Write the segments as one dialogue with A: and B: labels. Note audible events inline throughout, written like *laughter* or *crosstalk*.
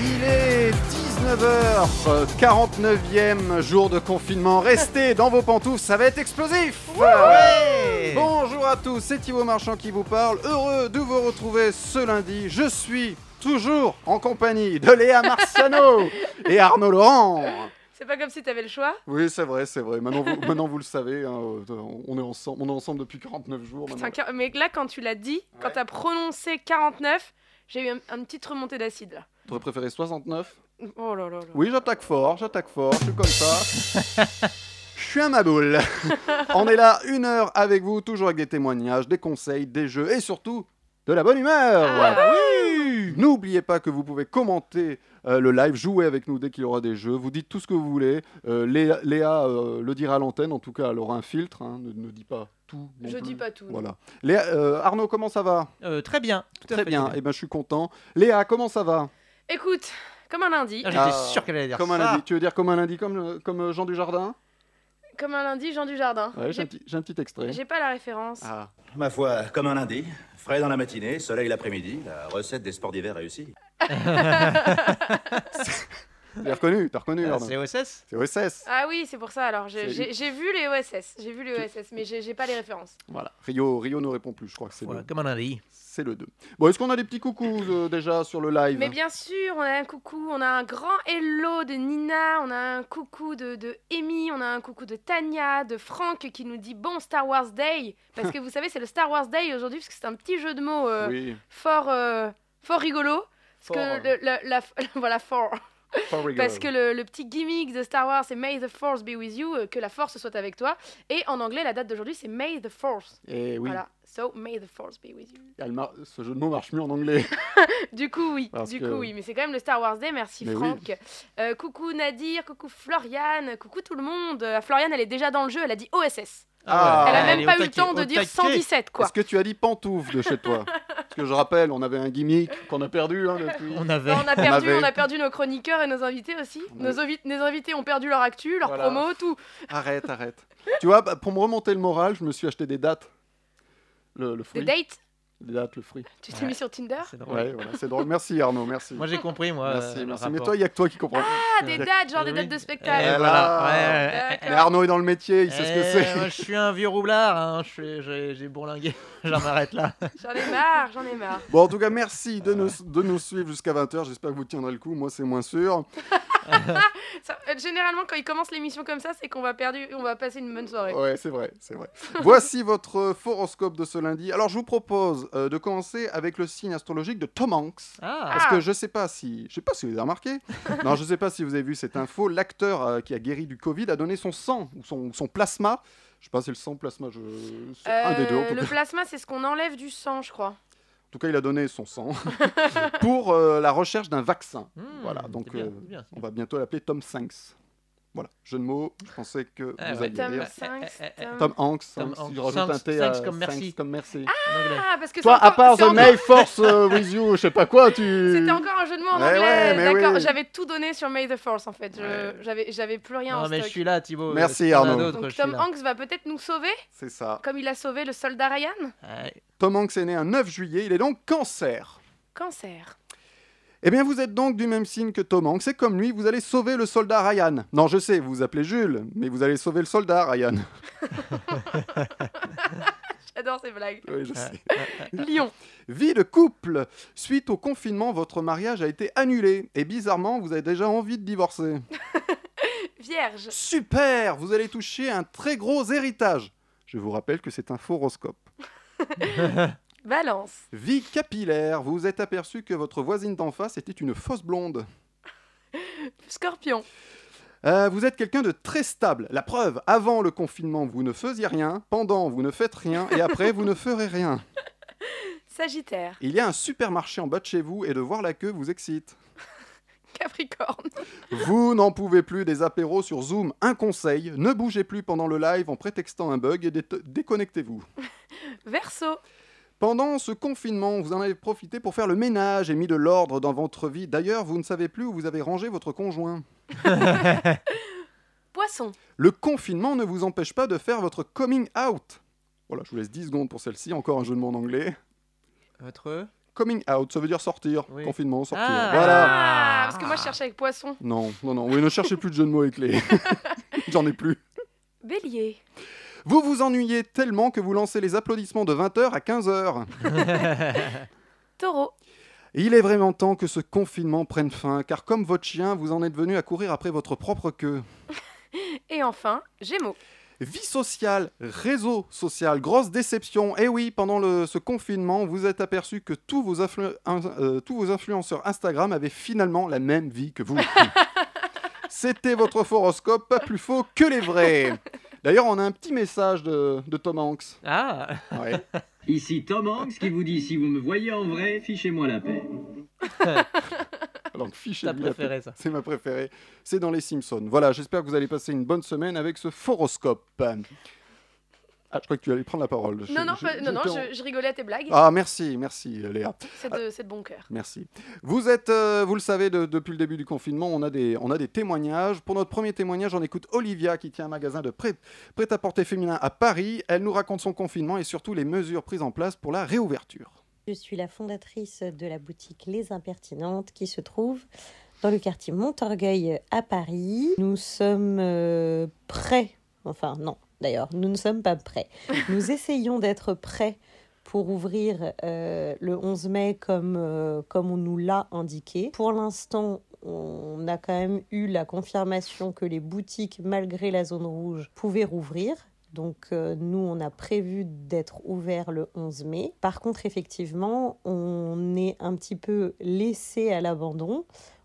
A: Il est 19h49e jour de confinement. Restez dans vos pantoufles, ça va être explosif. Bonjour à tous, c'est Thibaut Marchand qui vous parle. Heureux de vous retrouver ce lundi. Je suis toujours en compagnie de Léa Marciano et Arnaud Laurent.
B: C'est pas comme si t'avais le choix.
A: Oui, c'est vrai, c'est vrai. Maintenant vous, maintenant, vous le savez, hein, on, est ensemble, on est ensemble depuis 49 jours.
B: Putain,
A: maintenant.
B: quar- mais là, quand tu l'as dit, quand
A: Ouais.
B: t'as prononcé 49, j'ai eu un, une petite remontée d'acide là.
A: T'aurais préféré 69
B: Oh là là là.
A: Oui, j'attaque fort, j'attaque fort, je suis comme ça. Je suis un
B: *laughs*
A: maboule. On est là une heure avec vous, toujours avec des témoignages, des conseils, des jeux et surtout de la bonne humeur.
B: Ah
A: oui N'oubliez pas que vous pouvez commenter euh, le live, jouer avec nous dès qu'il y aura des jeux. Vous dites tout ce que vous voulez. Euh, Léa, Léa, euh, le dira à l'antenne, en tout cas, elle aura un filtre. hein, ne, ne dis pas tout. non
B: Je
A: plus.
B: dis pas tout. non.
A: bah, Voilà. Léa, euh, Arnaud, comment ça va
C: Euh, très bien. Tout
A: Très
C: à fait, Ah,
A: bien. Eh ben, je suis content. Léa, comment ça va
B: Écoute, comme un lundi,
C: Ah, J'étais
A: Ah,
C: sûr qu'elle allait dire
A: Comme un
C: ça.
A: lundi. Tu veux dire comme un lundi, comme, euh, comme euh, Jean Dujardin
B: comme un lundi, Jean du Jardin.
A: Ouais, j'ai un
B: j'ai
A: petit, j'ai un petit extrait.
B: j'ai pas la référence.
A: Ah.
D: Ma foi, comme un lundi, frais dans la matinée, soleil l'après-midi, la recette des sports d'hiver réussie.
A: Tu l'as reconnu, t'as reconnu.
C: Ah,
A: Arnaud.
C: c'est OSS
A: C'est OSS.
B: Ah oui, c'est pour ça. Alors, j'ai-
A: C'est-
B: j'ai j'ai vu les OSS, j'ai vu les OSS, mais j'ai j'ai pas les références.
A: Voilà. Rio, Rio ne répond plus, je crois que c'est
C: Voilà,
A: le,
C: comme un lundi.
A: c'est le 2. Bon, est-ce qu'on a des petits coucous euh, déjà sur le live
B: Mais bien sûr, on a un coucou, on a un grand hello de Nina, on a un coucou de, de Amy, on a un coucou de Tania, de Franck qui nous dit bon Star Wars Day. Parce
A: *laughs*
B: que vous savez, c'est le Star Wars Day aujourd'hui, parce que c'est un petit jeu de mots euh,
A: Oui,
B: fort, euh, fort rigolo. Parce
C: Fort, euh,
B: que le- la- la- *laughs* voilà, fort.
A: for real.
B: Parce que le, le petit gimmick de Star Wars, c'est May the Force be with you, euh, que la force soit avec toi. Et en anglais, la date d'aujourd'hui, c'est May the Force.
A: Eh oui,
B: Voilà, so May the Force be with you.
A: elle mar- ce jeu de mots marche mieux en anglais.
B: Du coup, oui.
A: Parce
B: du
A: que-
B: coup, oui. Mais c'est quand même le Star Wars Day. Merci,
A: Mais oui.
B: Franck. Euh, coucou Nadir, coucou Floriane, coucou tout le monde. Euh, Floriane, elle est déjà dans le jeu. Elle a dit OSS.
A: Ah,
B: elle a
A: ouais,
B: même
C: est
B: pas
C: au
B: eu le
C: taquet,
B: temps de
C: au
B: dire
C: taquet.
B: 117, *laughs* quoi.
A: Est-ce que tu as dit pantoufle de chez
B: *laughs*
A: toi Parce que je rappelle, on avait un gimmick qu'on a perdu hein, depuis.
C: On
B: *laughs*
C: avait.
B: Enfin, on a perdu,
A: avait-
B: on a perdu nos chroniqueurs et nos invités aussi.
A: On
B: Nos, ovi- nos invités ont perdu leur actu, leur
A: Voilà.
B: promo, tout.
A: Arrête, arrête. tu vois, bah, pour me remonter le moral, je me suis acheté des dates. Le, le
B: The
A: fruit.
B: date,
A: Des dates, le fruit.
B: tu t'es
C: Ouais.
B: mis sur Tinder.
C: C'est drôle.
A: Ouais, voilà, c'est drôle. Merci Arnaud, merci.
C: Moi j'ai compris, moi. euh,
A: merci,
C: le
A: merci. Mais
C: rapport.
A: toi, il n'y a que toi qui comprends.
B: Ah, des
A: Euh,
B: dates, genre
C: Eh
B: des
C: oui.
B: dates de
C: Eh,
B: spectacle.
C: voilà.
A: Voilà.
C: Ouais, ouais, ouais.
A: Mais Arnaud est dans le métier, il sait ce que
C: Eh,
A: c'est.
C: Moi je suis un vieux roublard, hein. je suis- j'ai j'ai bourlingué. *laughs* J'en m'arrête là.
B: J'en ai marre, j'en ai marre.
A: Bon, en tout cas, merci de nous, de nous suivre jusqu'à 20h. J'espère que vous tiendrez le coup. Moi, c'est moins sûr.
B: Ça- euh, généralement, quand ils commencent l'émission comme ça, c'est qu'on va perdu, on va passer une bonne soirée.
A: Ouais, c'est vrai, c'est vrai. *laughs* Voici votre euh, horoscope de ce lundi. Alors, je vous propose euh, de commencer avec le signe astrologique de Tom Hanks.
C: Ah,
A: Parce
B: Ah.
A: que je sais pas si, je sais pas si vous avez remarqué. non, je sais pas si vous avez vu cette info. L'acteur euh, qui a guéri du Covid a donné son sang ou son, son plasma. Je sais pas si c'est le sang plasma. Je... c'est un des deux. En
B: Euh,
A: tout,
B: le plasma, c'est ce qu'on enlève du sang, je crois.
A: en tout cas, il a donné son sang pour euh, la recherche d'un vaccin.
C: hmm,
A: voilà,
C: c'est
A: donc,
C: bien,
A: euh,
C: c'est bien, c'est
A: On va bientôt l'appeler Tom Hanks. Voilà, jeu de mots, je pensais que
C: Ah
A: vous
C: ouais.
A: alliez
B: Tom
A: dire.
B: Hanks,
C: Eh, eh, eh,
B: Tom-
C: eh.
A: Tom Hanks,
C: Tom
A: hein, si
C: Hanks.
A: je rajoute un
C: Hanks,
A: T à
C: Hanks comme merci.
A: Hanks comme merci.
C: en anglais.
B: Ah, parce que
A: Toi,
B: c'est
A: à part
B: encore- c'est
A: The
B: encore-
A: May
B: *laughs*
A: Force euh, With You, je sais pas quoi, tu...
B: C'était encore un jeu de mots en
A: Ouais, ouais,
B: anglais.
A: mais
B: D'accord,
A: oui.
B: j'avais tout donné sur May the Force en fait. Je-
A: Ouais.
B: J'avais j'avais plus rien en
C: Non mais je
B: stock.
C: suis là, Thibaut.
A: Merci,
C: Est-ce qu'il y en a
A: Arnaud.
C: d'autres,
B: Donc
C: je suis
B: Tom
C: là.
B: Hanks va peut-être nous sauver,
A: C'est ça.
B: comme il a sauvé le soldat Ryan.
C: Ouais.
A: Tom Hanks est né un 9 juillet, il est donc cancer.
B: Cancer.
A: Eh bien, vous êtes donc du même signe que Tom Hanks, et comme lui, vous allez sauver le soldat Ryan. Non, je sais, vous vous appelez Jules, mais vous allez sauver le soldat Ryan. *laughs*
B: J'adore
A: *laughs*
B: ces blagues.
A: Oui, je
C: Ouais.
A: sais.
B: Lyon.
A: Vie de couple Suite au confinement, votre mariage a été annulé, et bizarrement, vous avez déjà envie de divorcer.
B: Vierge.
A: Super Vous allez toucher un très gros héritage. Je vous rappelle que c'est un faux horoscope.
B: Balance.
A: Vie capillaire, vous vous êtes aperçu que votre voisine d'en face était une fausse blonde.
B: Scorpion.
A: Euh, vous êtes quelqu'un de très stable. La preuve, avant le confinement, vous ne faisiez rien, pendant, vous ne faites rien, et après, vous ne ferez rien.
B: Sagittaire.
A: Il y a un supermarché en bas de chez vous, et de voir la queue vous excite.
B: Capricorne.
A: Vous n'en pouvez plus des apéros sur Zoom. Un conseil, ne bougez plus pendant le live en prétextant un bug et dé- déconnectez-vous.
B: Verseau.
A: Pendant ce confinement, vous en avez profité pour faire le ménage et mis de l'ordre dans votre vie. D'ailleurs, vous ne savez plus où vous avez rangé votre conjoint.
B: Poisson.
A: Le confinement ne vous empêche pas de faire votre coming out. Voilà, je vous laisse 10 secondes pour celle-ci, encore un jeu de mots en anglais.
C: Votre
A: coming out, ça veut dire sortir,
C: Oui.
A: confinement, sortir.
C: Ah.
A: Voilà.
B: Ah, parce que moi je cherchais avec poisson.
A: Non, non, non, oui, ne cherchez plus de jeux de mots éclés. *laughs* J'en ai plus.
B: Bélier.
A: Vous vous ennuyez tellement que vous lancez les applaudissements de 20h à 15h.
B: Taureau.
A: Il est vraiment temps que ce confinement prenne fin, car comme votre chien, vous en êtes venu à courir après votre propre queue.
B: Et enfin, Gémeaux.
A: Vie sociale, réseau social, grosse déception. Et oui, pendant le- ce confinement, vous êtes aperçu que tous vos, influ- in- euh, tous vos influenceurs Instagram avaient finalement la même vie
B: *laughs*
A: que vous. C'était votre horoscope, pas plus faux que les vrais. D'ailleurs, on a un petit message de, de Tom Hanks.
C: Ah
A: Ouais.
E: Ici Tom Hanks qui vous dit si vous me voyez en vrai, fichez-moi la paix.
A: Alors, fichez
C: T'as préféré ça.
A: C'est ma préférée. C'est dans Les Simpsons. Voilà, j'espère que vous allez passer une bonne semaine avec ce foroscope. Ah, je crois que tu allais prendre la parole. Je-
B: Non, non,
A: je-
B: pas- non, non,
A: j'étais en-
B: je, je rigolais à tes blagues.
A: Ah, merci, merci Léa.
B: C'est de, c'est de bon cœur.
A: Merci. Vous êtes, euh, vous le savez, de- depuis le début du confinement, on a, des, on a des témoignages. Pour notre premier témoignage, on écoute Olivia qui tient un magasin de prêt- prêt-à-porter féminin à Paris. Elle nous raconte son confinement et surtout les mesures prises en place pour la réouverture.
F: Je suis la fondatrice de la boutique Les Impertinentes qui se trouve dans le quartier Montorgueil à Paris. Nous sommes euh, prêts, enfin non, d'ailleurs, nous ne sommes pas prêts. Nous essayons d'être prêts pour ouvrir euh, le 11 mai comme, euh, comme on nous l'a indiqué. Pour l'instant, on a quand même eu la confirmation que les boutiques, malgré la zone rouge, pouvaient rouvrir. Donc euh, nous, on a prévu d'être ouvert le 11 mai. Par contre, effectivement, on est un petit peu laissé à l'abandon.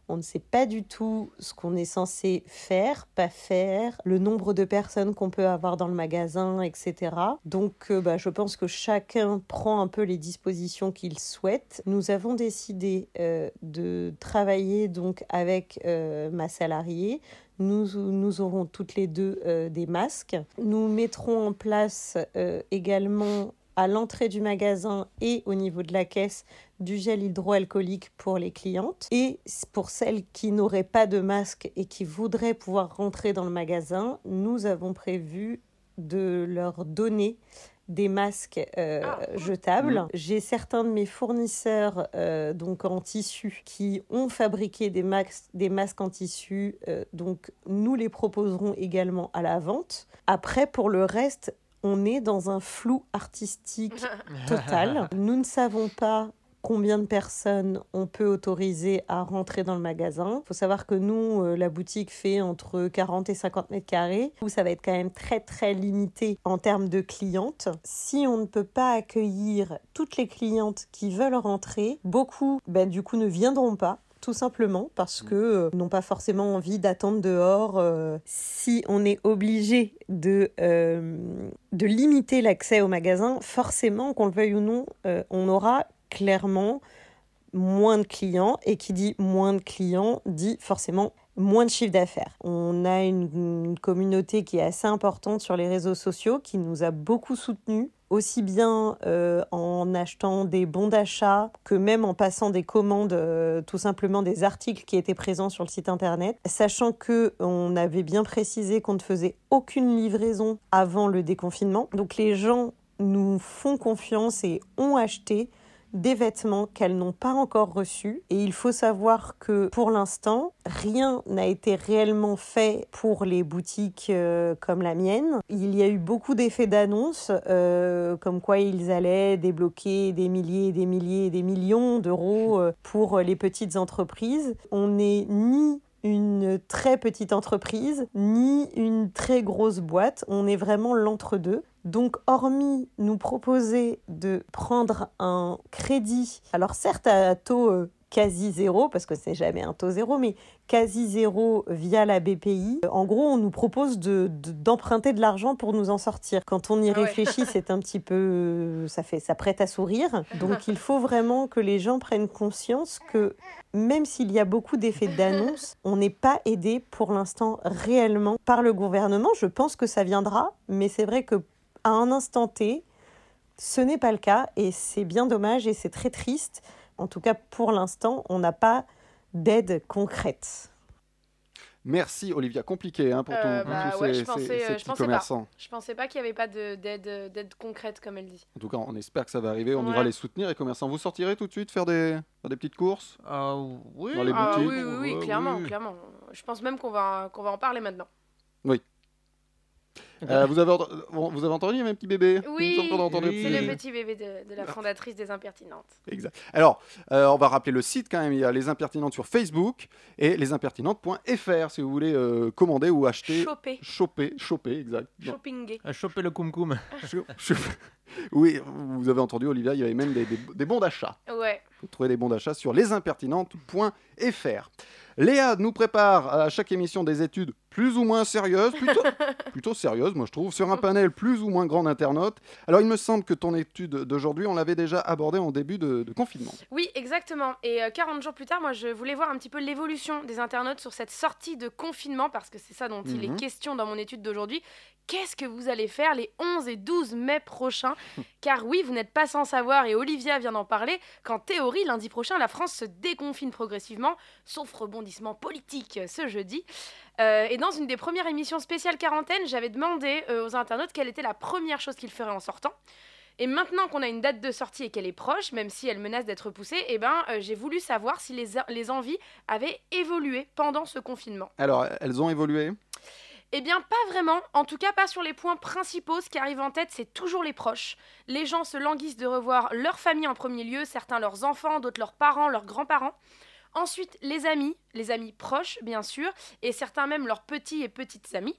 F: On ne sait pas du tout ce qu'on est censé faire, pas faire, le nombre de personnes qu'on peut avoir dans le magasin, etc. Donc euh, bah, je pense que chacun prend un peu les dispositions qu'il souhaite. Nous avons décidé euh, de travailler donc avec euh, ma salariée nous, nous aurons toutes les deux euh, des masques. Nous mettrons en place euh, également à l'entrée du magasin et au niveau de la caisse du gel hydroalcoolique pour les clientes. Et pour celles qui n'auraient pas de masque et qui voudraient pouvoir rentrer dans le magasin, nous avons prévu de leur donner des masques euh,
B: Ah.
F: jetables. J'ai certains de mes fournisseurs euh, donc en tissu qui ont fabriqué des, max- des masques en tissu, euh, donc nous les proposerons également à la vente. Après, pour le reste, on est dans un flou artistique total. Nous ne savons pas combien de personnes on peut autoriser à rentrer dans le magasin. Il faut savoir que nous, euh, la boutique fait entre 40 et 50 mètres carrés, où ça va être quand même très très limité en termes de clientes. Si on ne peut pas accueillir toutes les clientes qui veulent rentrer, beaucoup ben, du coup ne viendront pas. Tout simplement parce que euh, n'ont pas forcément envie d'attendre dehors. euh, si on est obligé de, euh, de limiter l'accès au magasin, forcément, qu'on le veuille ou non, euh, on aura clairement moins de clients et qui dit moins de clients dit forcément moins de chiffre d'affaires. On a une, une communauté qui est assez importante sur les réseaux sociaux qui nous a beaucoup soutenus aussi bien euh, en achetant des bons d'achat que même en passant des commandes euh, tout simplement des articles qui étaient présents sur le site internet sachant que on avait bien précisé qu'on ne faisait aucune livraison avant le déconfinement donc les gens nous font confiance et ont acheté des vêtements qu'elles n'ont pas encore reçus. Et il faut savoir que pour l'instant, rien n'a été réellement fait pour les boutiques euh, comme la mienne. Il y a eu beaucoup d'effets d'annonce, euh, comme quoi ils allaient débloquer des milliers, des milliers, des millions d'euros euh, pour les petites entreprises. On n'est ni une très petite entreprise ni une très grosse boîte. On est vraiment l'entre-deux. Donc, hormis nous proposer de prendre un crédit, alors certes à taux euh, quasi zéro, parce que c'est jamais un taux zéro, mais quasi zéro via la BPI, euh, en gros, on nous propose de- de- d'emprunter de, l'argent pour nous en sortir. Quand on y
B: Ah ouais. *laughs*
F: réfléchit, c'est un petit peu. Ça, fait, ça prête à sourire. Donc, il faut vraiment que les gens prennent conscience que même s'il y a beaucoup d'effets d'annonce, on n'est pas aidé pour l'instant réellement par le gouvernement. Je pense que ça viendra, mais c'est vrai que à un instant T, ce n'est pas le cas et c'est bien dommage et c'est très triste. En tout cas, pour l'instant, on n'a pas d'aide concrète.
A: Merci Olivia, compliqué hein, pour, ton-
B: Euh,
A: pour
B: bah
A: tous
B: ouais,
A: ces,
B: je pensais-
A: ces- ces
B: je
A: petits
B: pensais pas.
A: commerçants.
B: Je pensais pas qu'il n'y avait pas de- d'aide euh, d'aide concrète, comme elle dit.
A: En tout cas, on espère que ça va arriver, on
B: Ouais.
A: ira les soutenir les commerçants. Vous sortirez tout de suite faire des, faire des petites courses
C: Ah oui.
A: Dans les
B: Ah oui,
A: boutiques.
B: oui, oui,
C: Ouais,
B: clairement,
C: euh, oui.
B: clairement. Je pense même qu'on va, qu'on va en parler maintenant.
A: Euh, vous, avez, ent- bon, vous avez entendu, il y avait un petit bébé
B: Oui,
A: Vous avez encore entendu un petit
B: C'est
A: bébé
B: le petit bébé de, de la
C: Ah.
B: fondatrice des Impertinentes.
A: Exact. Alors, euh, on va rappeler le site quand même. Il y a les impertinentes sur Facebook et lesimpertinentes.fr si vous voulez euh, commander ou acheter.
B: Chopé,
A: Choper, choper, exact. Non,
B: shoppingé.
C: À choper le kumkum.
A: *laughs* chou- chou- oui, vous avez entendu, Olivia, il y avait même des, des- des bons d'achat.
B: Ouais.
A: Vous trouvez des bons d'achat sur lesimpertinentes.fr. Léa nous prépare à chaque émission des études plus ou moins sérieuses, plutôt, plutôt sérieuses, moi je trouve, sur un panel plus ou moins grand d'internautes. Alors il me semble que ton étude d'aujourd'hui, on l'avait déjà abordée en début de- de confinement.
B: Oui, exactement. Et euh, 40 jours plus tard, moi, je voulais voir un petit peu l'évolution des internautes sur cette sortie de confinement, parce que c'est ça dont il
A: Mhm.
B: est question dans mon étude d'aujourd'hui. Qu'est-ce que vous allez faire les 11 et 12 mai prochains Car oui, vous n'êtes pas sans savoir, et Olivia vient d'en parler, qu'en théorie, lundi prochain, la France se déconfine progressivement, sauf rebondissement politique euh, ce jeudi. Euh, et dans une des premières émissions spéciales quarantaine, j'avais demandé euh, aux internautes quelle était la première chose qu'ils feraient en sortant. Et maintenant qu'on a une date de sortie et qu'elle est proche, même si elle menace d'être repoussée, eh ben, euh, j'ai voulu savoir si les, les envies avaient évolué pendant ce confinement.
A: Alors, elles ont évolué.
B: Eh bien, pas vraiment, en tout cas pas sur les points principaux. Ce qui arrive en tête, c'est toujours les proches. Les gens se languissent de revoir leur famille en premier lieu, certains leurs enfants, d'autres leurs parents, leurs grands-parents. Ensuite, les amis, les amis proches, bien sûr, et certains même leurs petits et petites amies.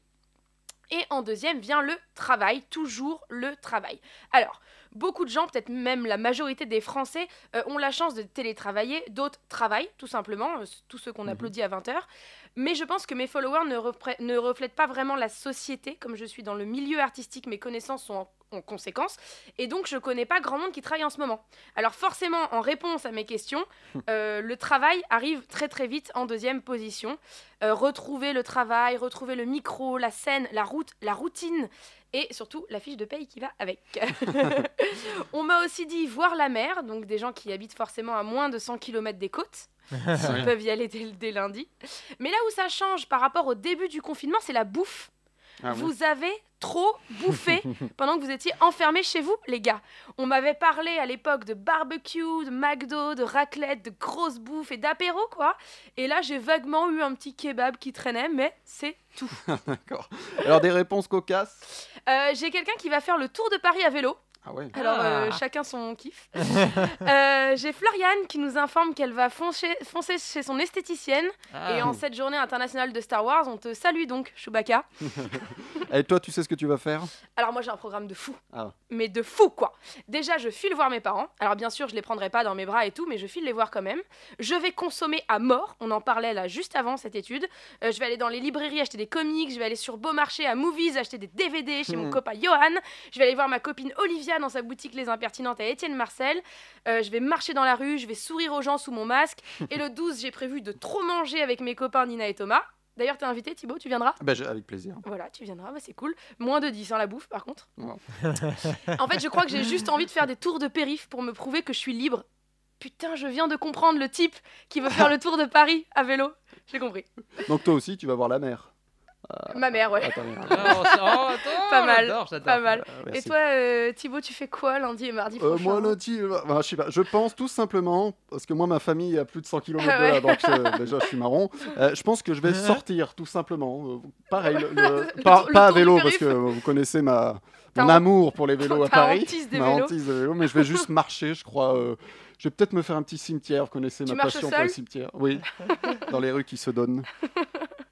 B: Et en deuxième vient le travail, toujours le travail. Alors, beaucoup de gens, peut-être même la majorité des Français, euh, ont la chance de télétravailler, d'autres travaillent, tout simplement, euh, tous ceux qu'on
A: Mhm.
B: applaudit à 20h. Mais je pense que mes followers ne, repré- ne reflètent pas vraiment la société, comme je suis dans le milieu artistique, mes connaissances sont en, en conséquence, et donc je connais pas grand monde qui travaille en ce moment. Alors forcément, en réponse à mes questions, euh, le travail arrive très très vite en deuxième position. Euh, retrouver le travail, retrouver le micro, la scène, la route, la routine, et surtout la fiche de paye qui va avec. *laughs* On m'a aussi dit voir la mer, donc des gens qui habitent forcément à moins de 100 km des côtes. Ils peuvent y aller dès, dès lundi. Mais là où ça change par rapport au début du confinement, c'est la bouffe.
A: Ah
B: vous avez trop bouffé pendant que vous étiez enfermés chez vous, les gars. On m'avait parlé à l'époque de barbecue, de McDo, de raclette, de grosses bouffes et d'apéro, quoi. Et là, j'ai vaguement eu un petit kebab qui traînait, mais c'est tout.
A: D'accord. Alors, des réponses cocasses.
B: Euh, j'ai quelqu'un qui va faire le tour de Paris à vélo.
A: Ah ouais.
B: Alors, euh,
C: Ah.
B: chacun son kiff. *laughs* Euh, J'ai Floriane qui nous informe qu'elle va foncer, foncer chez son esthéticienne.
C: Ah,
B: Et
C: oh,
B: en cette journée internationale de Star Wars, on te salue donc, Chewbacca.
A: Et toi, tu sais ce que tu vas faire
B: Alors moi, j'ai un programme de fou.
A: Ah.
B: Mais de fou, quoi. Déjà, je file voir mes parents. Alors bien sûr, je les prendrai pas dans mes bras et tout, mais je file les voir quand même. Je vais consommer à mort. On en parlait là juste avant cette étude. Euh, je vais aller dans les librairies acheter des comics. Je vais aller sur Beaumarchais à Movies acheter des DVD chez mon
A: Mhm.
B: copain Johan. Je vais aller voir ma copine Olivia dans sa boutique Les Impertinentes à Étienne Marcel. Euh, je vais marcher dans la rue. Je vais sourire aux gens sous mon masque. Et le 12, j'ai prévu de trop manger avec mes copains Nina et Thomas. D'ailleurs, t'es invité, Thibaut, tu viendras
A: ben, je- Avec plaisir.
B: voilà, tu viendras, bah, c'est cool. Moins de 10 hein, la bouffe, par contre.
A: Wow.
B: *laughs* en fait, je crois que j'ai juste envie de faire des tours de périph pour me prouver que je suis libre. Putain, je viens de comprendre le type qui veut faire le tour de Paris à vélo. J'ai compris.
A: Donc, toi aussi, tu vas voir la *laughs* mer.
B: Ma mère, ouais.
A: Ah, ta mère.
B: *laughs* Pas
C: Pas
B: mal,
C: oh, j'adore.
B: pas mal.
A: Euh,
B: Et
A: merci.
B: toi, euh, Thibaut, tu fais quoi lundi et mardi
A: Euh,
B: prochain
A: moi, lundi, euh, bah, je sais pas, je pense tout simplement, parce que moi, ma famille est à plus de 100 km
B: Ah
A: de là,
B: ouais.
A: donc euh, déjà, je suis
B: *laughs*
A: marron. euh, je pense que
C: Hein
A: je vais sortir, tout simplement. Euh, pareil, le- le-
B: *laughs* Le
A: pas,
B: tour- le
A: pas à
B: tour du
A: vélo, parce
B: périph'.
A: que vous connaissez ma,
B: Ta
A: mon
B: han-
A: amour pour les vélos
B: *laughs*
A: à
B: ta
A: Paris.
B: hantise des
A: ma
B: vélos.
A: hantise des vélos, mais je vais
B: *laughs*
A: juste marcher, je crois. euh, je vais peut-être me faire un petit cimetière, vous connaissez
B: Tu
A: ma
B: marches
A: passion
B: au
A: pour le
B: sol
A: cimetière.
B: *laughs*
A: Oui, dans les rues qui se donnent.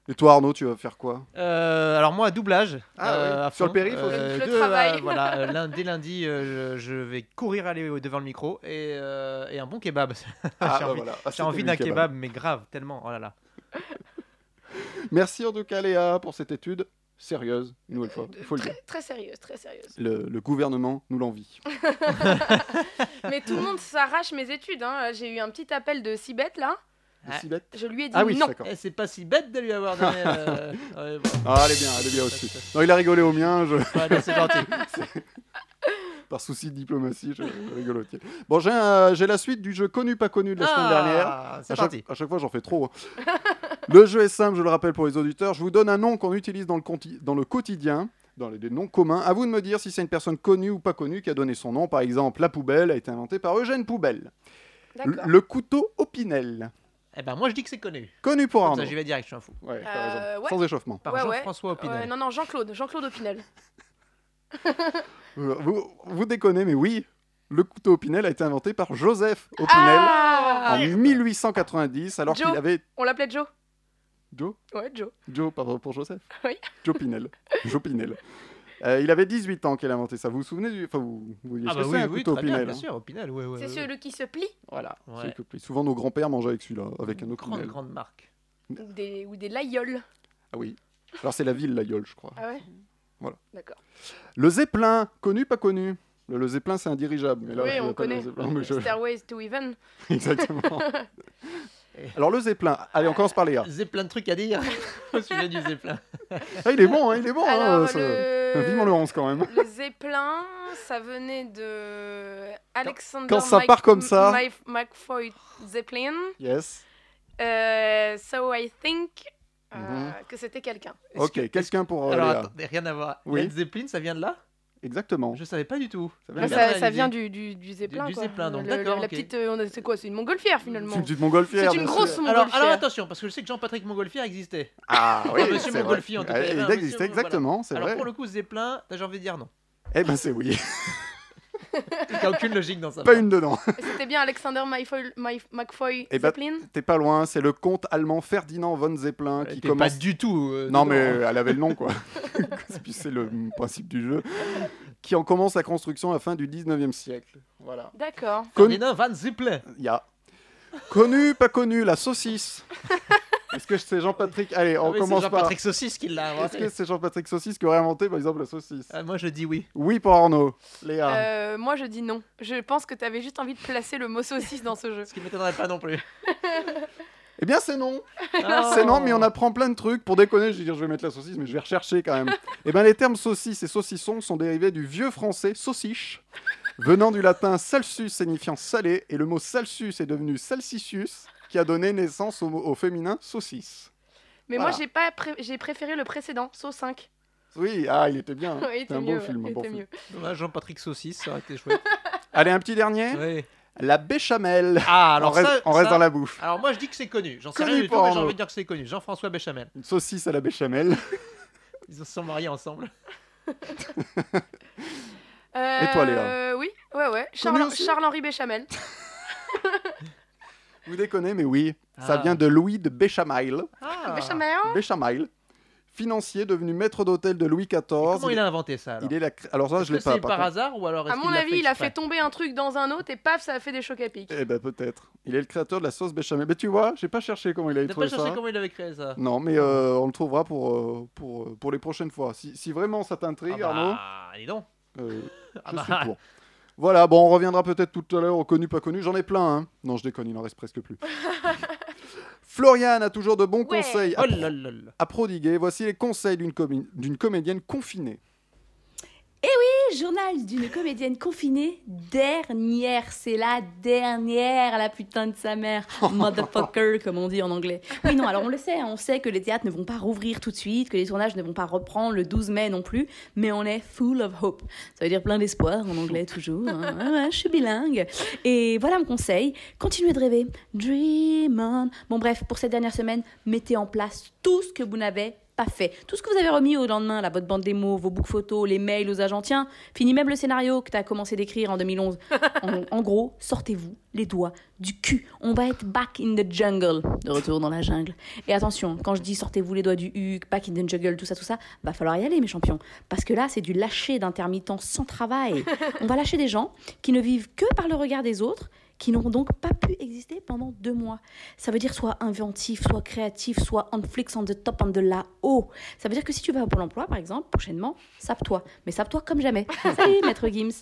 A: Et toi, Arnaud, tu vas faire quoi
C: Euh, alors moi, doublage.
A: Ah
C: euh,
A: oui,
C: à
A: sur le
C: fond.
A: périph' aussi.
B: Le
C: deux,
B: travail.
C: euh,
B: *laughs*
C: voilà, euh, lun- dès lundi, euh, je, je vais courir aller au- devant le micro et, euh, et un bon kebab. *laughs*
A: Ah,
C: j'ai
A: bah
C: envie,
A: voilà. Ah,
C: j'ai
A: c'était
C: envie
A: lui,
C: d'un
A: le
C: kebab. mais grave, tellement. Oh là là.
A: Merci en tout cas, Léa, pour cette étude sérieuse, une nouvelle fois, il faut le dire.
B: Euh, Très, très sérieuse, très sérieuse.
A: Le, le gouvernement nous l'envie.
B: Mais tout le monde s'arrache mes études. hein. J'ai eu un petit appel de Sibeth là.
A: Le
C: Ah.
A: cibette.
B: Je lui ai dit
A: Ah oui,
B: non.
A: d'accord.
C: Eh, c'est pas si bête de lui avoir donné.
A: *laughs*
C: euh, ouais, bon.
A: Ah, elle est bien, elle est bien aussi. Non, il a rigolé au mien, je...
C: Ouais, non, c'est gentil.
A: par souci de diplomatie, je, je rigole au tien. Bon, euh, j'ai un- j'ai *laughs* la suite du jeu connu, pas connu de la semaine dernière.
C: Ah,
A: À
C: C'est
A: chaque,
C: parti.
A: à chaque fois, j'en fais trop. hein. *laughs* Le jeu est simple, je le rappelle pour les auditeurs. Je vous donne un nom qu'on utilise dans le, conti- dans le quotidien, dans les des noms communs. À vous de me dire si c'est une personne connue ou pas connue qui a donné son nom. Par exemple, la poubelle a été inventée par Eugène Poubelle. Le,
B: D'accord.
A: le couteau Opinel,
C: Eh ben moi je dis que c'est connu.
A: connu pour
C: Comme
A: Arnaud.
C: ça j'y vais direct, je suis un fou.
A: Ouais, t'as raison.
B: Euh, ouais.
A: Sans échauffement.
C: Par
B: Ouais, ouais.
C: Jean-François Opinel.
B: Ouais, non, non, Jean-Claude, Jean-Claude Opinel.
A: Euh, Vous, vous déconnez, mais oui, le couteau Opinel a été inventé par Joseph Opinel
B: Ah
A: en 1890, alors
B: Joe.
A: qu'il avait.
B: On l'appelait Joe
A: Joe
B: Ouais, Joe.
A: Joe, pardon, pour Joseph
B: Oui.
A: Joe Pinel. Joe Pinel. Euh, il avait 18 ans qu'elle a inventé ça. Vous vous souvenez du. Enfin, vous, vous voyez
C: Ah
A: ce que
C: bah
A: c'est,
C: oui,
A: un
C: oui,
A: couteau
C: très bien,
A: Pinel.
C: bien
A: hein.
C: sûr, Opinel, ouais, ouais.
B: C'est
C: ouais.
B: celui qui se plie
A: Voilà.
C: Ouais.
A: celui que plie. Souvent, nos grands-pères mangeaient avec celui-là, avec un autre
C: Grande,
A: Pinel.
C: grande marque.
B: ou des, ou des laïoles.
A: Ah oui. Alors, c'est la ville, la gueule, je crois.
B: Ah ouais
A: Voilà.
B: D'accord.
A: Le Zeppelin, connu, pas connu Le, le Zeppelin, c'est un dirigeable. Mais là,
B: Oui,
A: je
B: on
A: l'appelle
B: connaît.
A: le Zeppelin,
B: *laughs*
A: mais je- *laughs*
B: Stairways to Heaven.
A: Exactement. Alors, le Zeppelin. Allez, on commence par les gars.
C: J'ai plein de trucs à dire *laughs* au sujet du Zeppelin.
A: Ah, il est bon, hein, il est bon. hein,
B: Alors,
A: ça-
B: le...
A: Vivement le 11 quand même.
B: le Zeppelin, ça venait de Alexander
A: Quand ça
B: Mike-
A: part comme ça.
B: Mike- McFoy Zeppelin.
A: Yes.
B: Euh, so I think euh,
A: Mhm.
B: que c'était quelqu'un.
C: Est-ce
A: Ok,
C: que- est-ce-
A: quelqu'un pour euh,
C: Alors
A: Léa.
C: attendez, rien à voir.
A: Oui.
C: Led Zeppelin, ça vient de là
A: Exactement.
C: Je savais pas du tout.
A: Ça
B: Bah,
A: vient
C: Bien
B: ça,
C: réalisé.
B: ça vient du, du, du Zeppelin.
C: du
B: quoi.
C: Zeppelin, donc,
B: Le-
C: d'accord,
B: La
C: ok.
B: petite, euh, on a- c'est quoi C'est une montgolfière finalement.
A: C'est une petite montgolfière.
B: C'est une
A: bien
B: grosse
A: sûr.
B: montgolfière.
C: Alors, alors attention, parce que je sais que Jean-Patrick Montgolfière existait. *laughs*
A: Ah oui,
C: Enfin, Monsieur
A: c'est vrai. Eh,
C: Montgolfier, en tout cas, il y avait un
A: Il
C: monsieur-
A: existait,
C: voilà.
A: exactement, c'est
C: Alors
A: vrai.
C: pour le coup, Zeppelin, t'as j'ai envie de dire non.
A: Eh ben c'est
C: *laughs*
A: oui,
C: Il n'y a aucune logique dans ça.
A: pas une dedans.
B: Et C'était bien Alexander Myfoy- My- McFoy
A: Eh ben,
B: Zeppelin.
A: T'es pas loin, c'est le comte allemand Ferdinand von Zeppelin
C: Euh,
A: qui
C: t'es
A: commence...
C: pas du tout. euh,
A: Non
C: dedans,
A: mais
C: hein.
A: elle avait le nom quoi. *laughs* Puis c'est le principe du jeu. Qui en commence la construction à la fin du 19e siècle. Voilà.
B: D'accord.
A: Connu,
C: Ferdinand Van Zeppelin.
A: Ya. Connu, pas connu, la
C: *laughs*
A: saucisse. Est-ce que c'est Jean-Patrick Allez, on
C: Ah oui, c'est
A: commence par...
C: Jean-Patrick Saucisse qui l'a
A: Est-ce
B: *laughs*
A: que
C: inventé.
A: c'est Jean-Patrick Saucisse qui aurait inventé par exemple la saucisse
C: Ah, moi je dis oui.
A: Oui pour Arnaud. Léa.
B: Euh, moi je dis non. Je pense que t'avais juste envie de placer le mot saucisse dans ce jeu.
C: Ce qui ne m'étonnerait pas non plus.
A: Eh bien c'est non.
B: Oh.
C: Ah,
A: C'est non, mais on apprend plein de trucs. Pour déconner, je vais dire je vais mettre la saucisse, mais je vais rechercher quand
B: *laughs*
A: même. Eh bien, les termes saucisse et saucisson sont dérivés du vieux français sauciche, venant du latin salsus signifiant salé, et le mot salsus est devenu salsicius, qui a donné naissance au, mot- au féminin saucisse.
B: Mais
A: Voilà.
B: moi j'ai pas pré- j'ai préféré le précédent, Saut 5.
A: Oui, ah, il était bien. hein.
B: *laughs* Ouais, il
A: C'était
B: était
A: un
B: mieux,
A: beau film.
B: ouais,
A: un
B: il
A: bon
B: était
A: film.
B: mieux.
C: Dommage, Jean-Patrick Saucisse, ça aurait été
A: *laughs*
C: chouette.
A: Allez, un petit dernier.
C: Ouais.
A: La béchamel.
C: Ah, alors
A: on reste,
C: ça,
A: on reste
C: ça-
A: dans la bouffe.
C: Alors moi je dis que c'est connu. J'en sais
A: Connu
C: rien du tout,
A: pour
C: mais j'ai
A: Arnaud.
C: envie de dire que c'est connu. Jean-François Béchamel.
A: Une saucisse à la béchamel.
C: Ils se sont mariés ensemble.
B: Euh,
A: Et toi, Léa
B: Oui, ouais, ouais. Charles-
A: hein. aussi
B: Charles-Henri Béchamel.
A: Vous déconnez, mais oui. Ça
C: Ah.
A: vient de Louis de Béchamel.
C: Ah.
B: Béchamel
A: Béchamel, financier devenu maître d'hôtel de Louis XIV.
C: Comment il a inventé ça alors
A: Oh, Il est la... cré- Alors ça,
C: Est-ce
A: je l'ai
C: que
A: pas.
C: C'est
A: par
C: par
A: contre.
C: hasard ou alors est-ce
B: À mon
C: qu'il l'a
B: avis, il a
C: exprès
B: fait tomber un truc dans un autre et paf, ça a fait des chocs à pic.
A: Eh ben peut-être. Il est le créateur de la sauce béchamel. Mais tu vois, j'ai pas cherché comment il avait
C: T'as pas
A: trouvé ça.
C: cherché comment il avait créé ça
A: Non, mais euh, on le trouvera pour, euh, pour, euh, pour les prochaines fois. Si, si vraiment ça t'intrigue, Arnaud,
C: Ah, dis donc.
A: euh,
C: *laughs* Ah
A: je
C: bah.
A: suis pour. Voilà, bon, on reviendra peut-être tout à l'heure au connu, pas connu. J'en ai plein, hein. Non, je déconne, il en reste presque
C: *laughs*
A: plus. Floriane a toujours de bons
B: Ouais.
A: conseils à,
C: Oh là là là.
A: à prodiguer. Voici les conseils d'une comi- d'une comédienne confinée.
G: journal d'une comédienne confinée, dernière, c'est la dernière, la putain de sa mère, motherfucker comme on dit en anglais. Oui non, alors on le sait, hein, on sait que les théâtres ne vont pas rouvrir tout de suite, que les tournages ne vont pas reprendre le 12 mai non plus, mais on est full of hope. Ça veut dire plein d'espoir en anglais toujours. hein. Ouais, ouais, je suis bilingue. Et voilà mon conseil, continuez de rêver, dream on. Bon bref, pour cette dernière semaine, mettez en place tout ce que vous n'avez pas fait. Tout ce que vous avez remis au lendemain, la votre bande démo, vos books photos, les mails aux agents, tiens, Fini même le scénario que t'as commencé d'écrire en 2011. En, en gros, sortez-vous les doigts du cul. On va être back in the jungle. De retour dans la jungle. Et attention, quand je dis sortez-vous les doigts du huc, back in the jungle, tout ça, tout ça, va falloir y aller, mes champions. Parce que là, c'est du lâcher d'intermittents sans travail. On va lâcher des gens qui ne vivent que par le regard des autres qui n'ont donc pas pu exister pendant deux mois. Ça veut dire soit inventif, soit créatif, soit on flicks on the top, on the là haut. Ça veut *laughs* dire que si tu vas au Pôle emploi, par exemple, prochainement, sape-toi. Mais sape-toi comme jamais. Salut, maître Gims.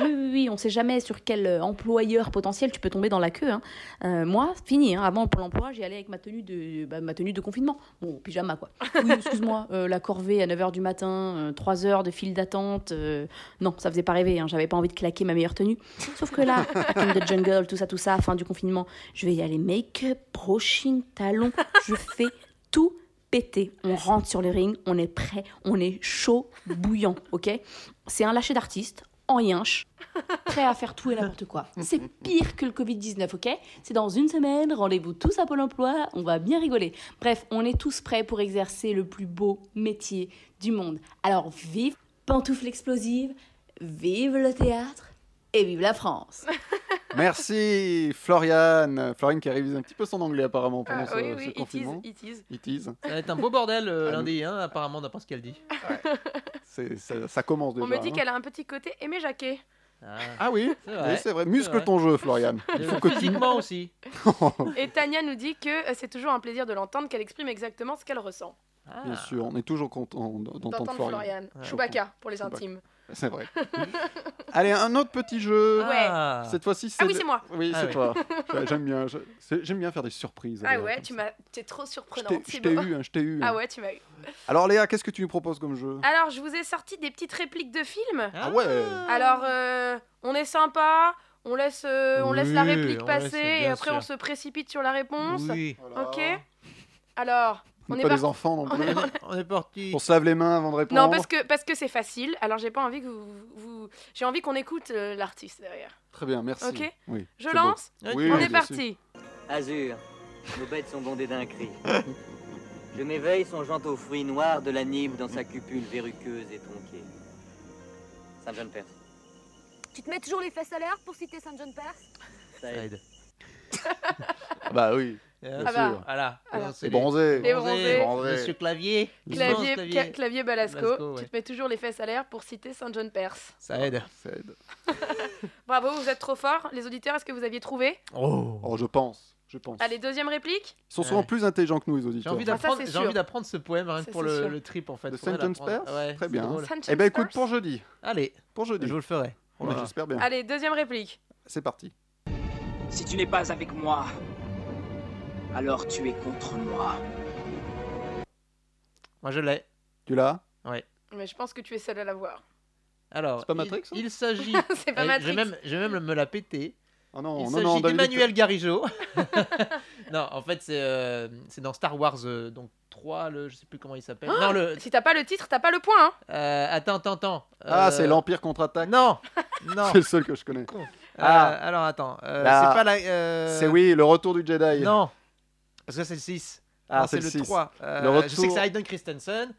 G: Oui, oui, oui, on sait jamais sur quel euh, employeur potentiel tu peux tomber dans la queue. hein. Euh, moi, fini, hein, avant pour l'emploi, j'y allais avec ma tenue de, bah, ma tenue de confinement. Bon, pyjama quoi. Oui, excuse-moi, euh, la corvée à 9h du matin, 3 heures de file d'attente. euh, non, ça faisait pas rêver, hein, j'avais pas envie de claquer ma meilleure tenue. Sauf que là, King de Jungle, tout ça, tout ça, fin du confinement, je vais y aller make-up, brushing, talons, je fais tout péter. On rentre sur le ring, on est prêt, on est chaud, bouillant, ok C'est un lâcher d'artiste, en yinche, prêt à faire tout et n'importe quoi. C'est pire que le Covid-19, ok C'est dans une semaine, rendez-vous tous à Pôle emploi, on va bien rigoler. Bref, on est tous prêts pour exercer le plus beau métier du monde. Alors vive Pantoufles Explosives, vive le théâtre et vive la France
A: Merci, Floriane. Floriane qui révise un petit peu son anglais apparemment pendant
B: Ah,
A: ce,
B: oui,
A: ce
B: oui, it is,
A: confinement.
B: it is.
A: It is.
C: Ça va être un beau bordel euh,
A: Ah,
C: lundi, hein, apparemment, d'après ce qu'elle dit.
A: C'est- ça, ça commence déjà.
B: On me dit
A: hein.
B: qu'elle a un petit côté Aimé Jacquet.
C: Ah,
A: Ah oui,
C: c'est
A: oui,
C: vrai.
A: c'est vrai. Muscle
C: vrai.
A: ton jeu,
C: *laughs*
A: Floriane. Il
C: Euh,
A: faut que tu-
C: physiquement aussi.
A: Oh.
B: Et Tania nous dit que euh, c'est toujours un plaisir de l'entendre, qu'elle exprime exactement ce qu'elle ressent.
C: Ah.
A: Bien sûr, on est toujours content d'entendre
B: D'entendre
A: Floriane.
B: Floriane.
C: Ouais.
B: Chewbacca pour les
A: Chewbacca.
B: intimes.
A: C'est
B: *laughs*
A: vrai. Allez, un autre petit jeu.
B: Ouais.
C: Ah.
A: Cette fois-ci, c'est.
B: Ah oui,
A: le-
B: c'est moi.
A: Oui,
C: Ah
A: c'est
B: *laughs*
C: oui.
A: toi. J'ai- J'aime bien, je- c'est- j'aime bien faire des surprises.
B: Ah
A: Léa,
B: ouais,
A: comme
B: tu
A: ça.
B: m'as. T'es trop
A: Je
B: surprenante,
A: t'ai- Je t'ai
B: Thibaut.
A: eu, hein, je t'ai eu.
B: Ah
A: hein.
B: ouais, tu m'as eu.
A: Alors Léa, qu'est-ce que tu nous proposes comme jeu
B: Alors, je vous ai sorti des petites répliques de films.
C: Hein
A: Ah ouais.
B: Alors, euh, on est sympa, on laisse, euh, on laisse la
C: Oui,
B: réplique
C: on
B: passer
C: laisse,
B: et
C: bien
B: après
C: sûr.
B: on se précipite sur la réponse.
C: Oui.
B: Ah, Ok Alors,
A: On
B: on
A: n'est
B: est
A: pas des
B: parti.
A: enfants non plus.
C: On est parti.
A: On se lave les mains avant de répondre.
B: non, parce que parce que c'est facile. Alors, j'ai pas envie que vous. vous- J'ai envie qu'on écoute euh, l'artiste derrière.
A: Très bien, merci.
B: Ok.
A: Oui,
B: Je
A: c'est
B: lance
A: beau.
C: Oui,
A: Oui,
B: On
A: oui,
B: est
A: bien sûr.
B: parti.
H: Azur, nos bêtes sont bondées d'un cri. Je m'éveille songeant aux fruits noirs de la Nîmes dans sa cupule verruqueuse et tronquée. Saint-Jean-Perse.
I: Tu te mets toujours les fesses à l'air pour citer Saint-John-Perse
H: Ça
C: Ça
H: aide.
C: aide.
A: Ah Bah oui,
C: Euh,
A: bien
B: Ah bah.
A: sûr.
C: Voilà.
B: Alors.
C: Non, c'est
A: C'est bronzé.
B: Les bronzés.
A: Bronzés.
C: Monsieur Clavier.
B: Clavier,
C: Immense
B: ca- clavier. Balasco.
C: Balasco, ouais.
B: Tu te mets toujours les fesses à l'air pour citer Saint John Perse.
C: Ça aide.
A: Ça aide.
B: Bravo, vous êtes trop forts. Les auditeurs, est-ce que vous aviez trouvé
C: Oh.
A: Oh, je pense. Je pense.
B: Allez, deuxième réplique.
A: Ils sont souvent
C: Ouais.
A: plus intelligents que nous, les
C: J'ai
A: auditeurs.
C: envie
B: Ah, ça,
C: d'apprendre.
B: c'est
C: J'ai
B: sûr.
C: envie d'apprendre ce poème rien que
B: Ça,
C: pour
B: c'est
C: le,
B: sûr.
C: le trip en fait.
A: The
C: Faudrait
A: Sentence
C: l'apprendre.
A: Perse
C: Ouais,
A: Très
C: c'est
A: bien.
C: drôle.
B: Saint
A: Eh
B: John
A: ben écoute,
B: Perse.
A: pour jeudi.
C: Allez,
A: Pour
C: je
A: jeudi.
C: vous le ferai.
A: Oh,
C: Voilà.
A: J'espère bien.
B: Allez, deuxième réplique.
A: C'est parti.
J: Si tu n'es pas avec moi, alors tu es contre moi.
C: Moi je l'ai.
A: Tu l'as
B: Mais je pense que tu es seule à la voir.
C: Alors.
A: C'est pas
C: il-
A: Matrix, hein ça
C: Il, *laughs* s'agit.
B: *laughs* c'est pas
C: Eh, Je
B: Matrix.
C: vais même, je vais même me la péter.
A: Oh non,
C: Il
A: non, non,
C: s'agit
A: David,
C: d'Emmanuel Garigeau. *laughs* non, en fait, c'est euh, c'est dans Star Wars euh, donc 3, le, je sais plus comment il s'appelle. non, le.
B: Si t'as pas le titre, t'as pas le point. hein.
C: euh, attends, attends, attends.
A: Ah,
C: Euh,
A: c'est l'Empire contre-attaque. *laughs*
C: Non Non
A: C'est le seul que je connais. Ah.
C: Euh, Alors attends. euh,
A: Là.
C: C'est pas la. euh,
A: C'est oui, le retour du Jedi.
C: Non Parce que c'est le 6.
A: Ah,
C: Non,
A: c'est
C: c'est
A: le
C: le,
A: 6.
C: 3. Euh,
A: Le retour-
C: Je sais que c'est Hayden Christensen.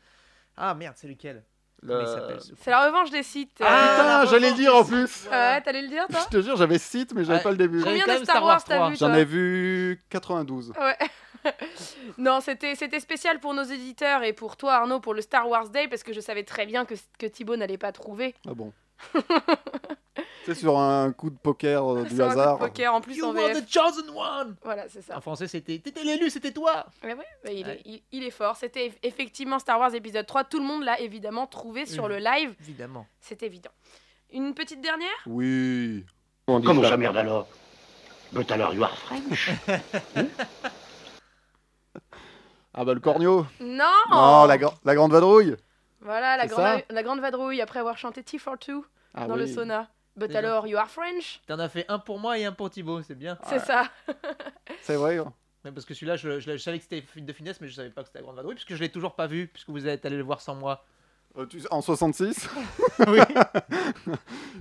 C: Ah merde, c'est lequel
A: Le-
C: Comment il s'appelle, ce
B: C'est la revanche des sites.
C: Ah,
B: la
A: Putain,
B: revanche
A: j'allais le
B: des
A: dire en
B: sites.
A: plus.
B: Ouais, t'allais le dire, toi
A: Je te jure, j'avais site, mais j'avais
C: Ouais.
A: pas le début.
C: J'avais
B: Combien
C: quand
B: de
C: même
B: Star
C: Star
B: Wars
C: Wars
B: t'as
C: 3.
B: vu, toi
A: J'en ai vu 92.
B: Ouais. non, c'était c'était spécial pour nos éditeurs et pour toi, Arnaud, pour le Star Wars Day, parce que je savais très bien que, que Thibaut n'allait pas trouver.
A: Ah
B: *laughs*
A: bon. c'est sur un coup de poker euh, du
B: *laughs* Sur un coup de
A: hasard.
B: poker en plus
C: You
B: en
C: were
B: VF.
C: the chosen one
B: Voilà, c'est ça.
C: En français, c'était. T'étais l'élu, c'était toi
B: Ouais, ouais, bah, il,
C: Ah. Ouais.
B: Est, il, il est fort. C'était eff- effectivement Star Wars épisode 3. Tout le monde l'a évidemment trouvé sur
C: Mhm.
B: le live.
C: Évidemment.
B: C'est évident. Une petite dernière
A: Oui.
J: Comment ça merde alors But alors you are French
A: Ah bah le corneau.
B: Non
A: Non, la, gra- la grande vadrouille.
B: Voilà, la
A: C'est
B: grande, la grande vadrouille après avoir chanté T42
A: Ah
B: dans le
A: oui.
B: sauna. But
C: Déjà.
B: alors, you are French
C: T'en as fait un pour moi et un pour Thibaut, c'est bien.
B: C'est ça.
A: C'est vrai. hein.
C: Ouais, parce que celui-là, je, je- je savais que c'était Fuite de finesse, mais je savais pas que c'était la Grande Vadrouille, puisque je l'ai toujours pas vu, puisque vous êtes allé le voir
B: *laughs*
C: sans moi.
A: Euh, tu- En 66.
C: Oui.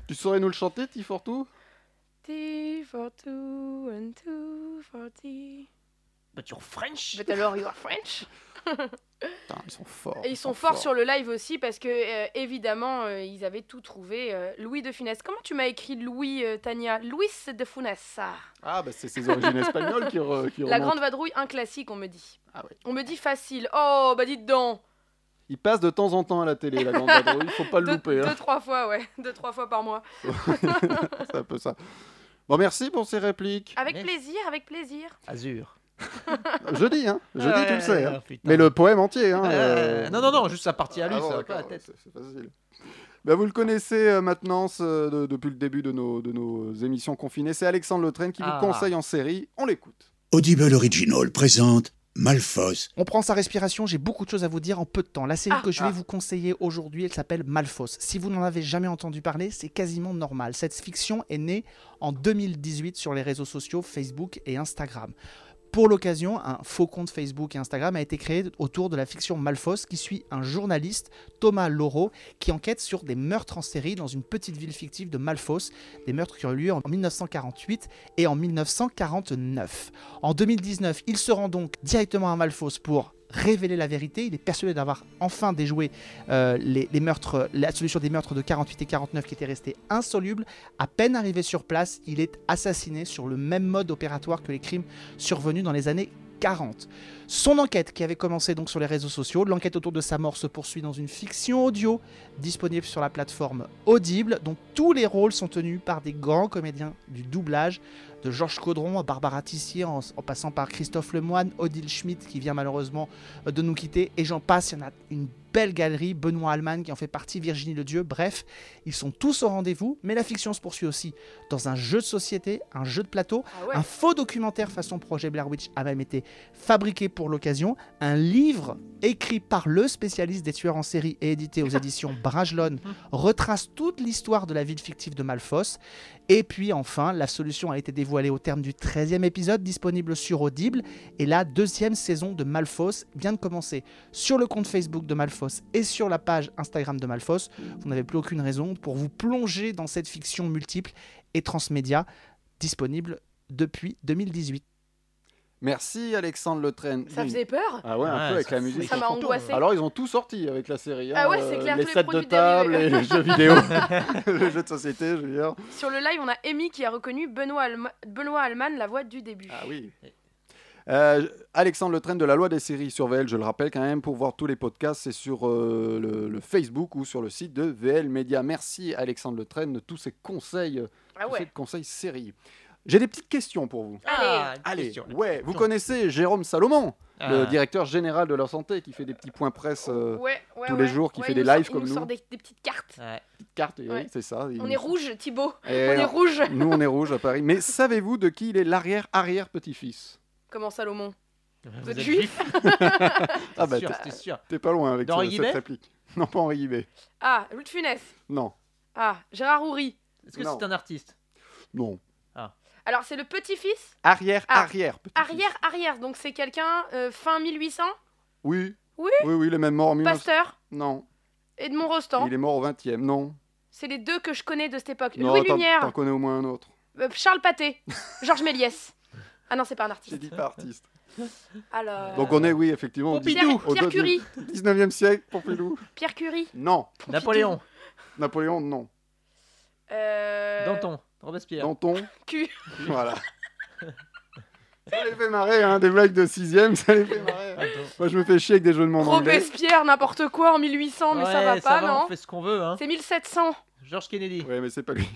A: tu saurais nous le chanter, Tifortou
B: T42 and 240.
C: But you're French
B: But alors, you
A: *laughs*
B: are French
A: Putain, ils sont forts.
B: Et ils sont forts sur le live aussi parce que, euh, évidemment, euh, ils avaient tout trouvé. euh, Louis de Funès. Comment tu m'as écrit Louis, euh, Tania Louis de Funès. ça.
A: Ah bah c'est ses origines espagnoles qui, re- qui
B: La
A: remontent.
B: grande vadrouille, un classique, on me dit.
A: Ah ouais.
B: On me dit facile. Oh, bah dites donc.
A: Il passe de temps en temps à la télé, la grande vadrouille. Faut pas le
B: Deux,
A: louper. hein.
B: deux, trois fois, ouais. *laughs* Deux, trois fois par mois.
A: C'est un peu ça. Bon, merci pour ces
B: *laughs*
A: répliques.
B: Avec
C: Merci.
B: plaisir, avec plaisir.
C: Azur.
A: Jeudi, hein. Jeudi, tu le sais. hein.
C: Ah, putain.
A: Mais le poème entier, hein.
C: Euh,
A: euh.
C: Non, non, non, juste sa partie à lui,
A: Ah bon,
C: ça va
A: d'accord,
C: pas à la tête.
A: c'est- C'est facile. Bah, vous le connaissez euh, maintenant ce- de- depuis le début de nos, de nos émissions confinées. C'est Alexandre Le Train qui
K: Ah.
A: vous conseille en série. On l'écoute.
L: Audible Original présente Malfos.
K: On prend sa respiration, j'ai beaucoup de choses à vous dire en peu de temps. La série
A: Ah.
K: que je vais
A: Ah.
K: vous conseiller aujourd'hui, elle s'appelle Malfos. Si vous n'en avez jamais entendu parler, c'est quasiment normal. Cette fiction est née en 2018 sur les réseaux sociaux Facebook et Instagram. Pour l'occasion, un faux compte Facebook et Instagram a été créé autour de la fiction Malfos qui suit un journaliste, Thomas Laureau, qui enquête sur des meurtres en série dans une petite ville fictive de Malfos, des meurtres qui ont eu lieu en 1948 et en 1949. En 2019, il se rend donc directement à Malfos pour révéler la vérité. Il est persuadé d'avoir enfin déjoué euh, les, les meurtres, la solution des meurtres de 48 et 49 qui était restée insoluble. À peine arrivé sur place, il est assassiné sur le même mode opératoire que les crimes survenus dans les années 40. Son enquête, qui avait commencé donc sur les réseaux sociaux, l'enquête autour de sa mort se poursuit dans une fiction audio disponible sur la plateforme Audible, dont tous les rôles sont tenus par des grands comédiens du doublage, de Georges Caudron à Barbara Tissier, en, en passant par Christophe Lemoine, Odile Schmidt, qui vient malheureusement euh, de nous quitter, et j'en passe, il y en a une belle galerie, Benoît Alman qui en fait partie, Virginie Ledieu, bref, ils sont tous au rendez-vous, mais la fiction se poursuit aussi dans un jeu de société, un jeu de plateau,
B: Ah ouais.
K: un faux documentaire façon projet Blair Witch a même été fabriqué pour l'occasion, un livre écrit par le spécialiste des tueurs en série
B: *laughs*
K: et édité aux éditions Bragelonne retrace toute l'histoire de la ville fictive de Malfos. Et puis enfin, la solution a été dévoilée au terme du 13e épisode disponible sur Audible et la deuxième saison de Malfos vient de commencer sur le compte Facebook de Malfos et sur la page Instagram de Malfos. Vous n'avez plus aucune raison pour vous plonger dans cette fiction multiple et transmédia disponible depuis 2018.
A: Merci Alexandre Le Train.
B: Ça faisait peur
A: Ah ouais, un
K: Ouais,
A: peu avec
K: ça
A: la
K: fout
A: musique.
B: Ça m'a angoissé.
A: Alors ils ont tout sorti avec la série. hein,
B: Ah ouais, c'est clair,
A: les
B: tous les
A: sets de
B: produits
A: table et
B: dérivés.
A: les jeux
B: *laughs*
A: vidéo. *laughs* le jeu de société, je veux dire.
B: Sur le live, on a Amy qui a reconnu Benoît, Alma- Benoît Alman, la voix du début.
A: Ah oui. Euh, Alexandre Le Train de la loi des séries sur VL, je le rappelle quand même, pour voir tous les podcasts, c'est sur euh, le, le Facebook ou sur le site de VL Média. Merci Alexandre Le Train de tous ces conseils,
B: Ah
A: tous
B: ouais.
A: ces conseils séries. J'ai des petites questions pour vous.
B: Allez.
C: Ah,
A: Allez,
C: question,
A: ouais, vous connaissez Jérôme Salomon,
C: Ah.
A: le directeur général de la santé qui fait des petits points presse euh,
B: Ouais, ouais,
A: tous
B: ouais.
A: les jours, qui
B: Ouais,
A: fait
B: il
A: des
B: nous sort-
A: lives
B: il
A: comme
B: nous.
A: nous.
B: sort des, des petites cartes.
A: Petite carte, oui,
B: Ouais.
A: c'est ça. il
B: On
A: nous
B: est
A: sort-
B: rouge, Thibaut.
A: Et
B: on est rouge.
A: Nous, on est rouge à Paris. Mais savez-vous de qui il est l'arrière-arrière-petit-fils
B: Comment Salomon
C: Vous
B: êtes
C: êtes
B: juif
A: Ah bah,
C: sûr,
A: t'es-
C: t'es sûr.
A: t'es pas loin avec
C: D'Henri
A: ce-
C: Guibert
A: cette réplique. Non, pas Henri Guibet.
B: Ah, Louis de Funès.
A: Non,
B: Ah, Gérard Houry.
C: Est-ce que
A: Non.
C: c'est un artiste
A: non.
B: Alors, c'est le petit-fils Ah.
A: Arrière-arrière.
B: Arrière-arrière, donc c'est quelqu'un euh, fin 1800
A: Oui.
B: Oui
A: Oui, oui, il est même mort en 1900.
B: Pasteur
A: Non.
B: Edmond Rostand.
A: Il est mort au 20e. Non.
B: C'est les deux que je connais de cette époque.
A: non,
B: Louis
A: t'en-
B: Lumière,
A: T'en connais au moins un autre.
B: euh, Charles Pathé, Georges Méliès. Ah non, c'est pas un
A: J'ai
B: artiste.
A: dit pas artiste.
B: Alors.
A: Donc on est, oui, effectivement. au
B: Euh, Pompidou.
A: dix- au
B: Pierre
A: deux-
B: Curie.
A: 19e siècle,
B: *laughs*
A: Pompidou.
B: Pierre Curie.
A: Non.
C: Napoléon.
A: Napoléon, non.
B: Euh...
C: Danton.
B: *laughs*
C: Robespierre.
A: Danton.
B: Q.
A: Voilà. Ça les fait marrer, hein, des blagues de 6ème, ça les fait
B: Euh,
A: marrer. hein. Moi, je me fais chier avec des jeux de mots en anglais.
B: Robespierre, n'importe quoi en 1800, mais ça
C: Ouais,
B: va pas, non
C: On fait ce qu'on veut. Hein.
B: C'est 1700.
C: George Kennedy.
A: Ouais, mais c'est pas lui.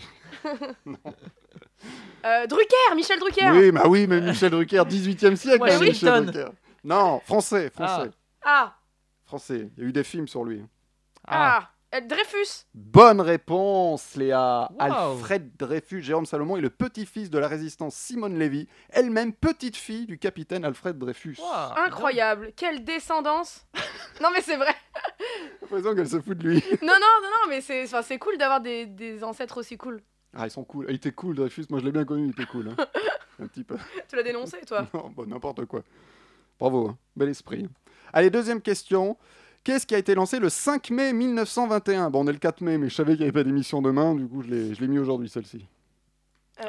B: Euh, Drucker, Michel Drucker.
A: Oui, bah oui, mais Michel Drucker, 18e siècle,
B: Ouais,
A: hein, Michel
C: Washington.
A: Drucker. Non, français, français,
B: Ah,
A: français. Il y a eu des films sur lui.
B: ah, euh, Dreyfus.
A: Bonne réponse, Léa.
B: Wow.
A: Alfred Dreyfus, Jérôme Salomon est le petit-fils de la résistance Simone Lévy, elle-même petite-fille du capitaine Alfred Dreyfus.
B: Ah, Incroyable. Quelle descendance. *laughs* non, mais c'est vrai. *laughs*
A: J'ai l'impression qu'elle se fout de lui.
B: Non, non, non, non, mais c'est enfin, c'est cool d'avoir des, des ancêtres aussi cool.
A: Ah, ils sont cool. Il était cool, Dreyfus. Moi, je l'ai bien connu, il était cool. hein. Un petit peu.
B: Tu l'as dénoncé, toi
A: Non, bon, n'importe quoi. Bravo, hein. bel esprit. Allez, deuxième question. Qu'est-ce qui a été lancé le 5 mai 1921 Bon, on est le 4 mai, mais je savais qu'il n'y avait pas d'émission demain, du coup, je l'ai je l'ai mis aujourd'hui, celle-ci.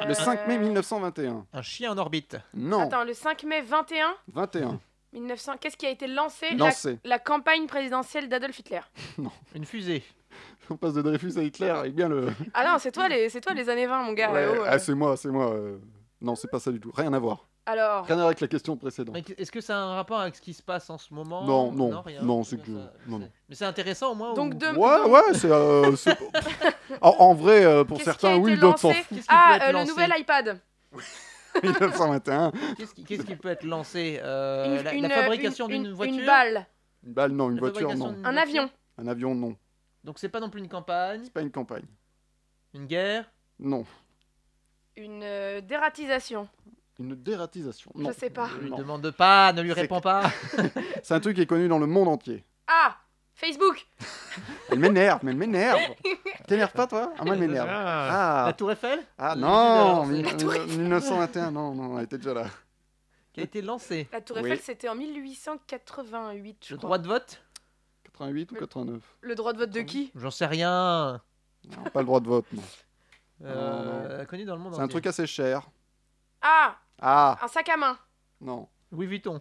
A: Le 5 mai 1921.
C: Un chien en orbite.
A: Non,
B: Euh. Attends, le 5 mai 21
A: 21.
B: 1900, qu'est-ce qui a été lancé La-
A: Lancé.
B: La, campagne présidentielle d'Adolf Hitler.
A: Non.
C: Une fusée.
A: *laughs* On passe de Dreyfus à Hitler, avec bien le...
B: Ah non, c'est toi les, c'est toi les années 20, mon gars.
A: Ouais,
B: eh oh, euh.
A: Ah, c'est moi, c'est moi. euh. Non, c'est pas ça du tout. Rien à voir.
B: Alors.
A: Rien à voir avec la question précédente.
C: Mais Est-ce que ça a un rapport avec ce qui se passe en ce moment
A: Non, non, non,
C: rien
A: c'est que... Non, non.
C: Mais c'est intéressant au moins.
B: Donc
C: ou-
B: de-
A: Ouais, ouais, c'est... euh, c'est- en, en vrai, euh, pour
B: Qu'est-ce qui a
A: certains, oui,
B: été
A: d'autres s'en
B: lancé
A: foutent.
B: Ah, euh, le nouvel iPad.
A: *laughs* 1921.
C: Qu'est-ce qui, qu'est-ce qui peut être lancé Euh,
B: Une-
C: la, la
B: une-
C: fabrication
B: une-
C: d'une voiture
B: Une balle.
A: Une balle, non. Une
C: La
A: voiture,
C: fabrication
A: non.
B: Un avion.
A: Un avion, non.
C: Donc c'est pas non plus une campagne. C'est
A: pas une campagne.
C: Une guerre
A: Non.
B: Une euh, dératisation.
A: Une dératisation. Non.
B: Je sais pas.
C: Ne lui
A: Non.
C: demande pas, ne lui réponds pas.
A: C'est un truc qui est connu dans le monde entier.
B: Ah Facebook
A: Elle m'énerve, mais elle m'énerve. T'énerves pas, toi Ah, moi, elle m'énerve.
C: Ah. La Tour Eiffel
A: Ah
C: Elle
A: non
C: était déjà lancée.
A: mille-
C: La Tour
A: euh,
C: Eiffel.
A: 1921, non, non, elle était déjà là.
C: Qui a été lancée.
B: La Tour Eiffel, c'était en 1888, je
C: Le
B: crois.
C: droit de vote
A: 88 ou 89
B: Le droit de vote de qui
C: J'en sais rien.
A: Non, pas le droit de vote, non.
C: Euh,
A: Non, non.
C: Connu dans le monde
A: C'est un
C: entier.
A: truc assez cher.
B: Ah
A: Ah,
B: Un sac à main
A: non.
C: Louis Vuitton.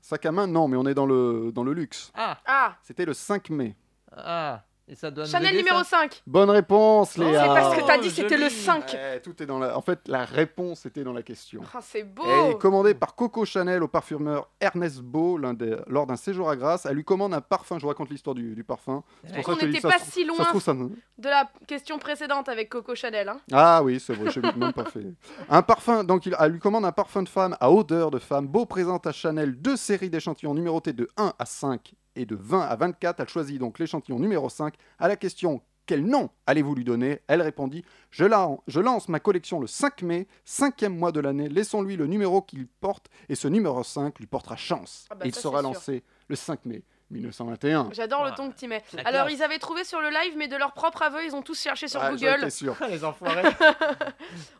A: Sac à main, non, mais on est dans le, dans le luxe.
C: Ah
B: Ah
A: C'était le 5 mai.
C: Ah Et ça donne.
B: Chanel
C: *laughs*
B: numéro 5
A: Bonne réponse,
B: Oh, C'est
A: Léa.
B: parce que t'as dit c'était le
C: joli.
B: 5
A: Ouais, tout est dans la... En fait, la réponse était dans la question.
B: Ah, C'est
A: Elle
B: beau
A: est commandée par Eh, Coco Chanel au parfumeur Ernest Beau l'un des- lors d'un séjour à Grasse. Elle lui commande un parfum. Je vous raconte l'histoire du, du parfum. C'est pour ça
B: Ouais.
A: que
B: On
A: je te dis,
B: n'était
A: ça
B: pas
A: se-
B: si
A: ça se
B: loin.
A: trouve, ça ne-
B: De la question précédente avec Coco Chanel, hein
A: Ah oui, c'est vrai, je l'ai même pas fait. Un parfum, donc il, elle lui commande un parfum de femme à odeur de femme. Beau présente à Chanel deux séries d'échantillons numérotés de 1 à 5 et de 20 à 24. Elle choisit donc l'échantillon numéro 5. À la question quel nom allez-vous lui donner Elle répondit je, la- je lance ma collection le 5 mai, cinquième mois de l'année. Laissons-lui le numéro qu'il porte et ce numéro 5 lui portera chance.
B: Ah bah
A: et il
B: ça,
A: sera
B: c'est sûr.
A: lancé le 5 mai 1921.
B: J'adore le ton que t'y mets.
A: la
B: Alors,
A: classe.
B: ils avaient trouvé sur le live, mais de leur propre aveu, ils ont tous cherché sur
A: Ah, j'en
B: Google.
A: étais sûr.
C: Les
B: *laughs*
C: enfoirés.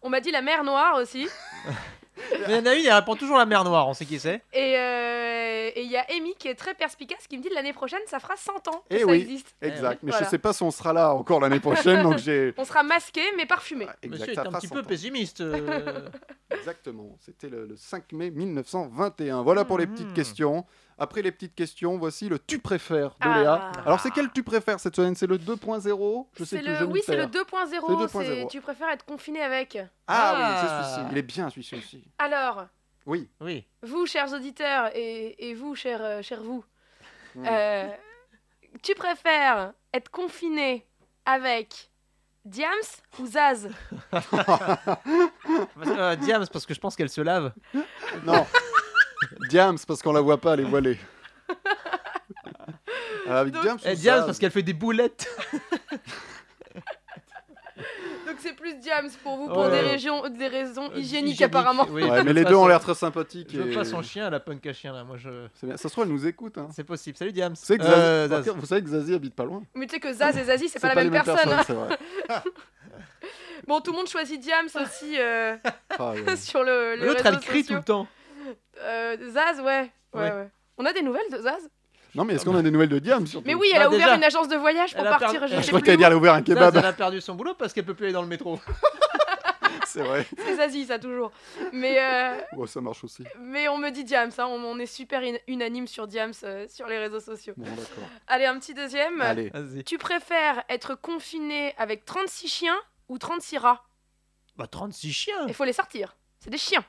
B: On m'a dit la mer noire aussi.
C: Mais il y en a une, elle répond toujours la mer noire, on sait qui c'est.
B: Et euh, et il y a Amy qui est très perspicace qui me dit l'année prochaine, ça fera 100 ans que
A: Et
B: ça
A: Eh oui,
B: existe.
A: exact. Mais
B: Voilà.
A: je sais pas si on sera là encore l'année prochaine, donc j'ai.
B: On sera masqué mais parfumé.
C: Monsieur
A: Ah, Exact,
C: est
A: ça
C: un
A: fera
C: petit
A: 100
C: peu
A: ans.
B: *laughs*
C: pessimiste. euh.
A: Exactement. C'était le, le 5 mai 1921. Voilà pour les
C: Mmh.
A: petites questions. Après les petites questions, voici le tu préfères de
B: Ah.
A: Léa. Alors c'est quel tu préfères cette semaine C'est le 2.0 Je sais
B: C'est
A: plus. je
B: le,
A: m'y
B: oui, c'est le
A: perds. C'est le
B: 2.0.
A: 2.0.
B: c'est- Tu préfères être confiné avec.
A: Ah, oui, c'est celui-ci. Il est bien celui-ci aussi.
B: Alors,
A: Oui.
C: Oui.
B: vous, chers auditeurs, et, et vous, chers, euh, chers vous,
A: Mm.
B: euh, tu préfères être confiné avec Diams ou Zaz
C: Parce que, euh, Diams, parce que je pense qu'elle se lave.
A: Non. *laughs* Diams parce qu'on la voit pas, elle est
B: *laughs*
A: voilée. Ah, avec Diams,
C: Eh,
A: ou
C: Diams,
A: Zaz
C: parce qu'elle fait
B: *laughs*
C: des boulettes.
B: Donc c'est plus Diams pour vous, pour
C: Ouais.
B: des, régions, des raisons
A: Euh,
B: hygiéniques
C: hygiénique,
B: apparemment.
C: oui.
A: Ouais,
C: de
A: mais
C: toute
A: les deux
C: façon.
A: ont l'air très sympathiques.
C: Je veux
A: et-
C: pas son chien, la punk à chien là. Moi je.
A: C'est bien. Ça se trouve, elle nous écoute. Hein.
C: C'est possible. Salut Diams.
A: Vous savez que
C: Euh,
A: Zazie-
C: Zaz.
A: vous savez que Zazie habite pas loin
B: Mais tu sais que Zaz et Zazie, c'est
A: C'est
B: pas,
A: pas
B: la même
A: les mêmes
B: personne.
A: personnes,
B: hein. bon, tout le monde choisit Diams aussi euh,
A: Ah,
B: *laughs*
A: ouais.
B: sur le. les
C: L'autre, elle
B: réseaux
C: crie tout
B: sociaux.
C: le temps.
B: Euh, Zaz, ouais. Ouais,
C: Ouais.
B: ouais. On a des nouvelles de Zaz
A: Non, mais est-ce qu'on a des nouvelles de Diam surtout
B: Mais oui, elle a
C: Bah,
B: ouvert
C: déjà,
B: une agence de voyage pour
C: elle a perdu-
B: partir. je
C: elle-
B: sais
A: Je crois
B: plus
A: qu'elle a dit
B: où.
A: elle a ouvert un
C: Zaz,
A: kebab.
C: elle a perdu son boulot parce qu'elle peut plus aller dans le métro.
A: *laughs* C'est vrai.
B: C'est Zazie, ça, toujours. Mais, euh,
A: Ouais, ça marche aussi.
B: mais on me dit Diams, hein, on, on est super in- unanime sur Diams euh, sur les réseaux sociaux.
A: Bon, d'accord.
B: Allez, un petit deuxième.
A: Allez.
C: Vas-y.
B: Tu préfères être confiné avec 36 chiens ou 36 rats
C: Bah 36 chiens.
B: Il faut les sortir. C'est des chiens.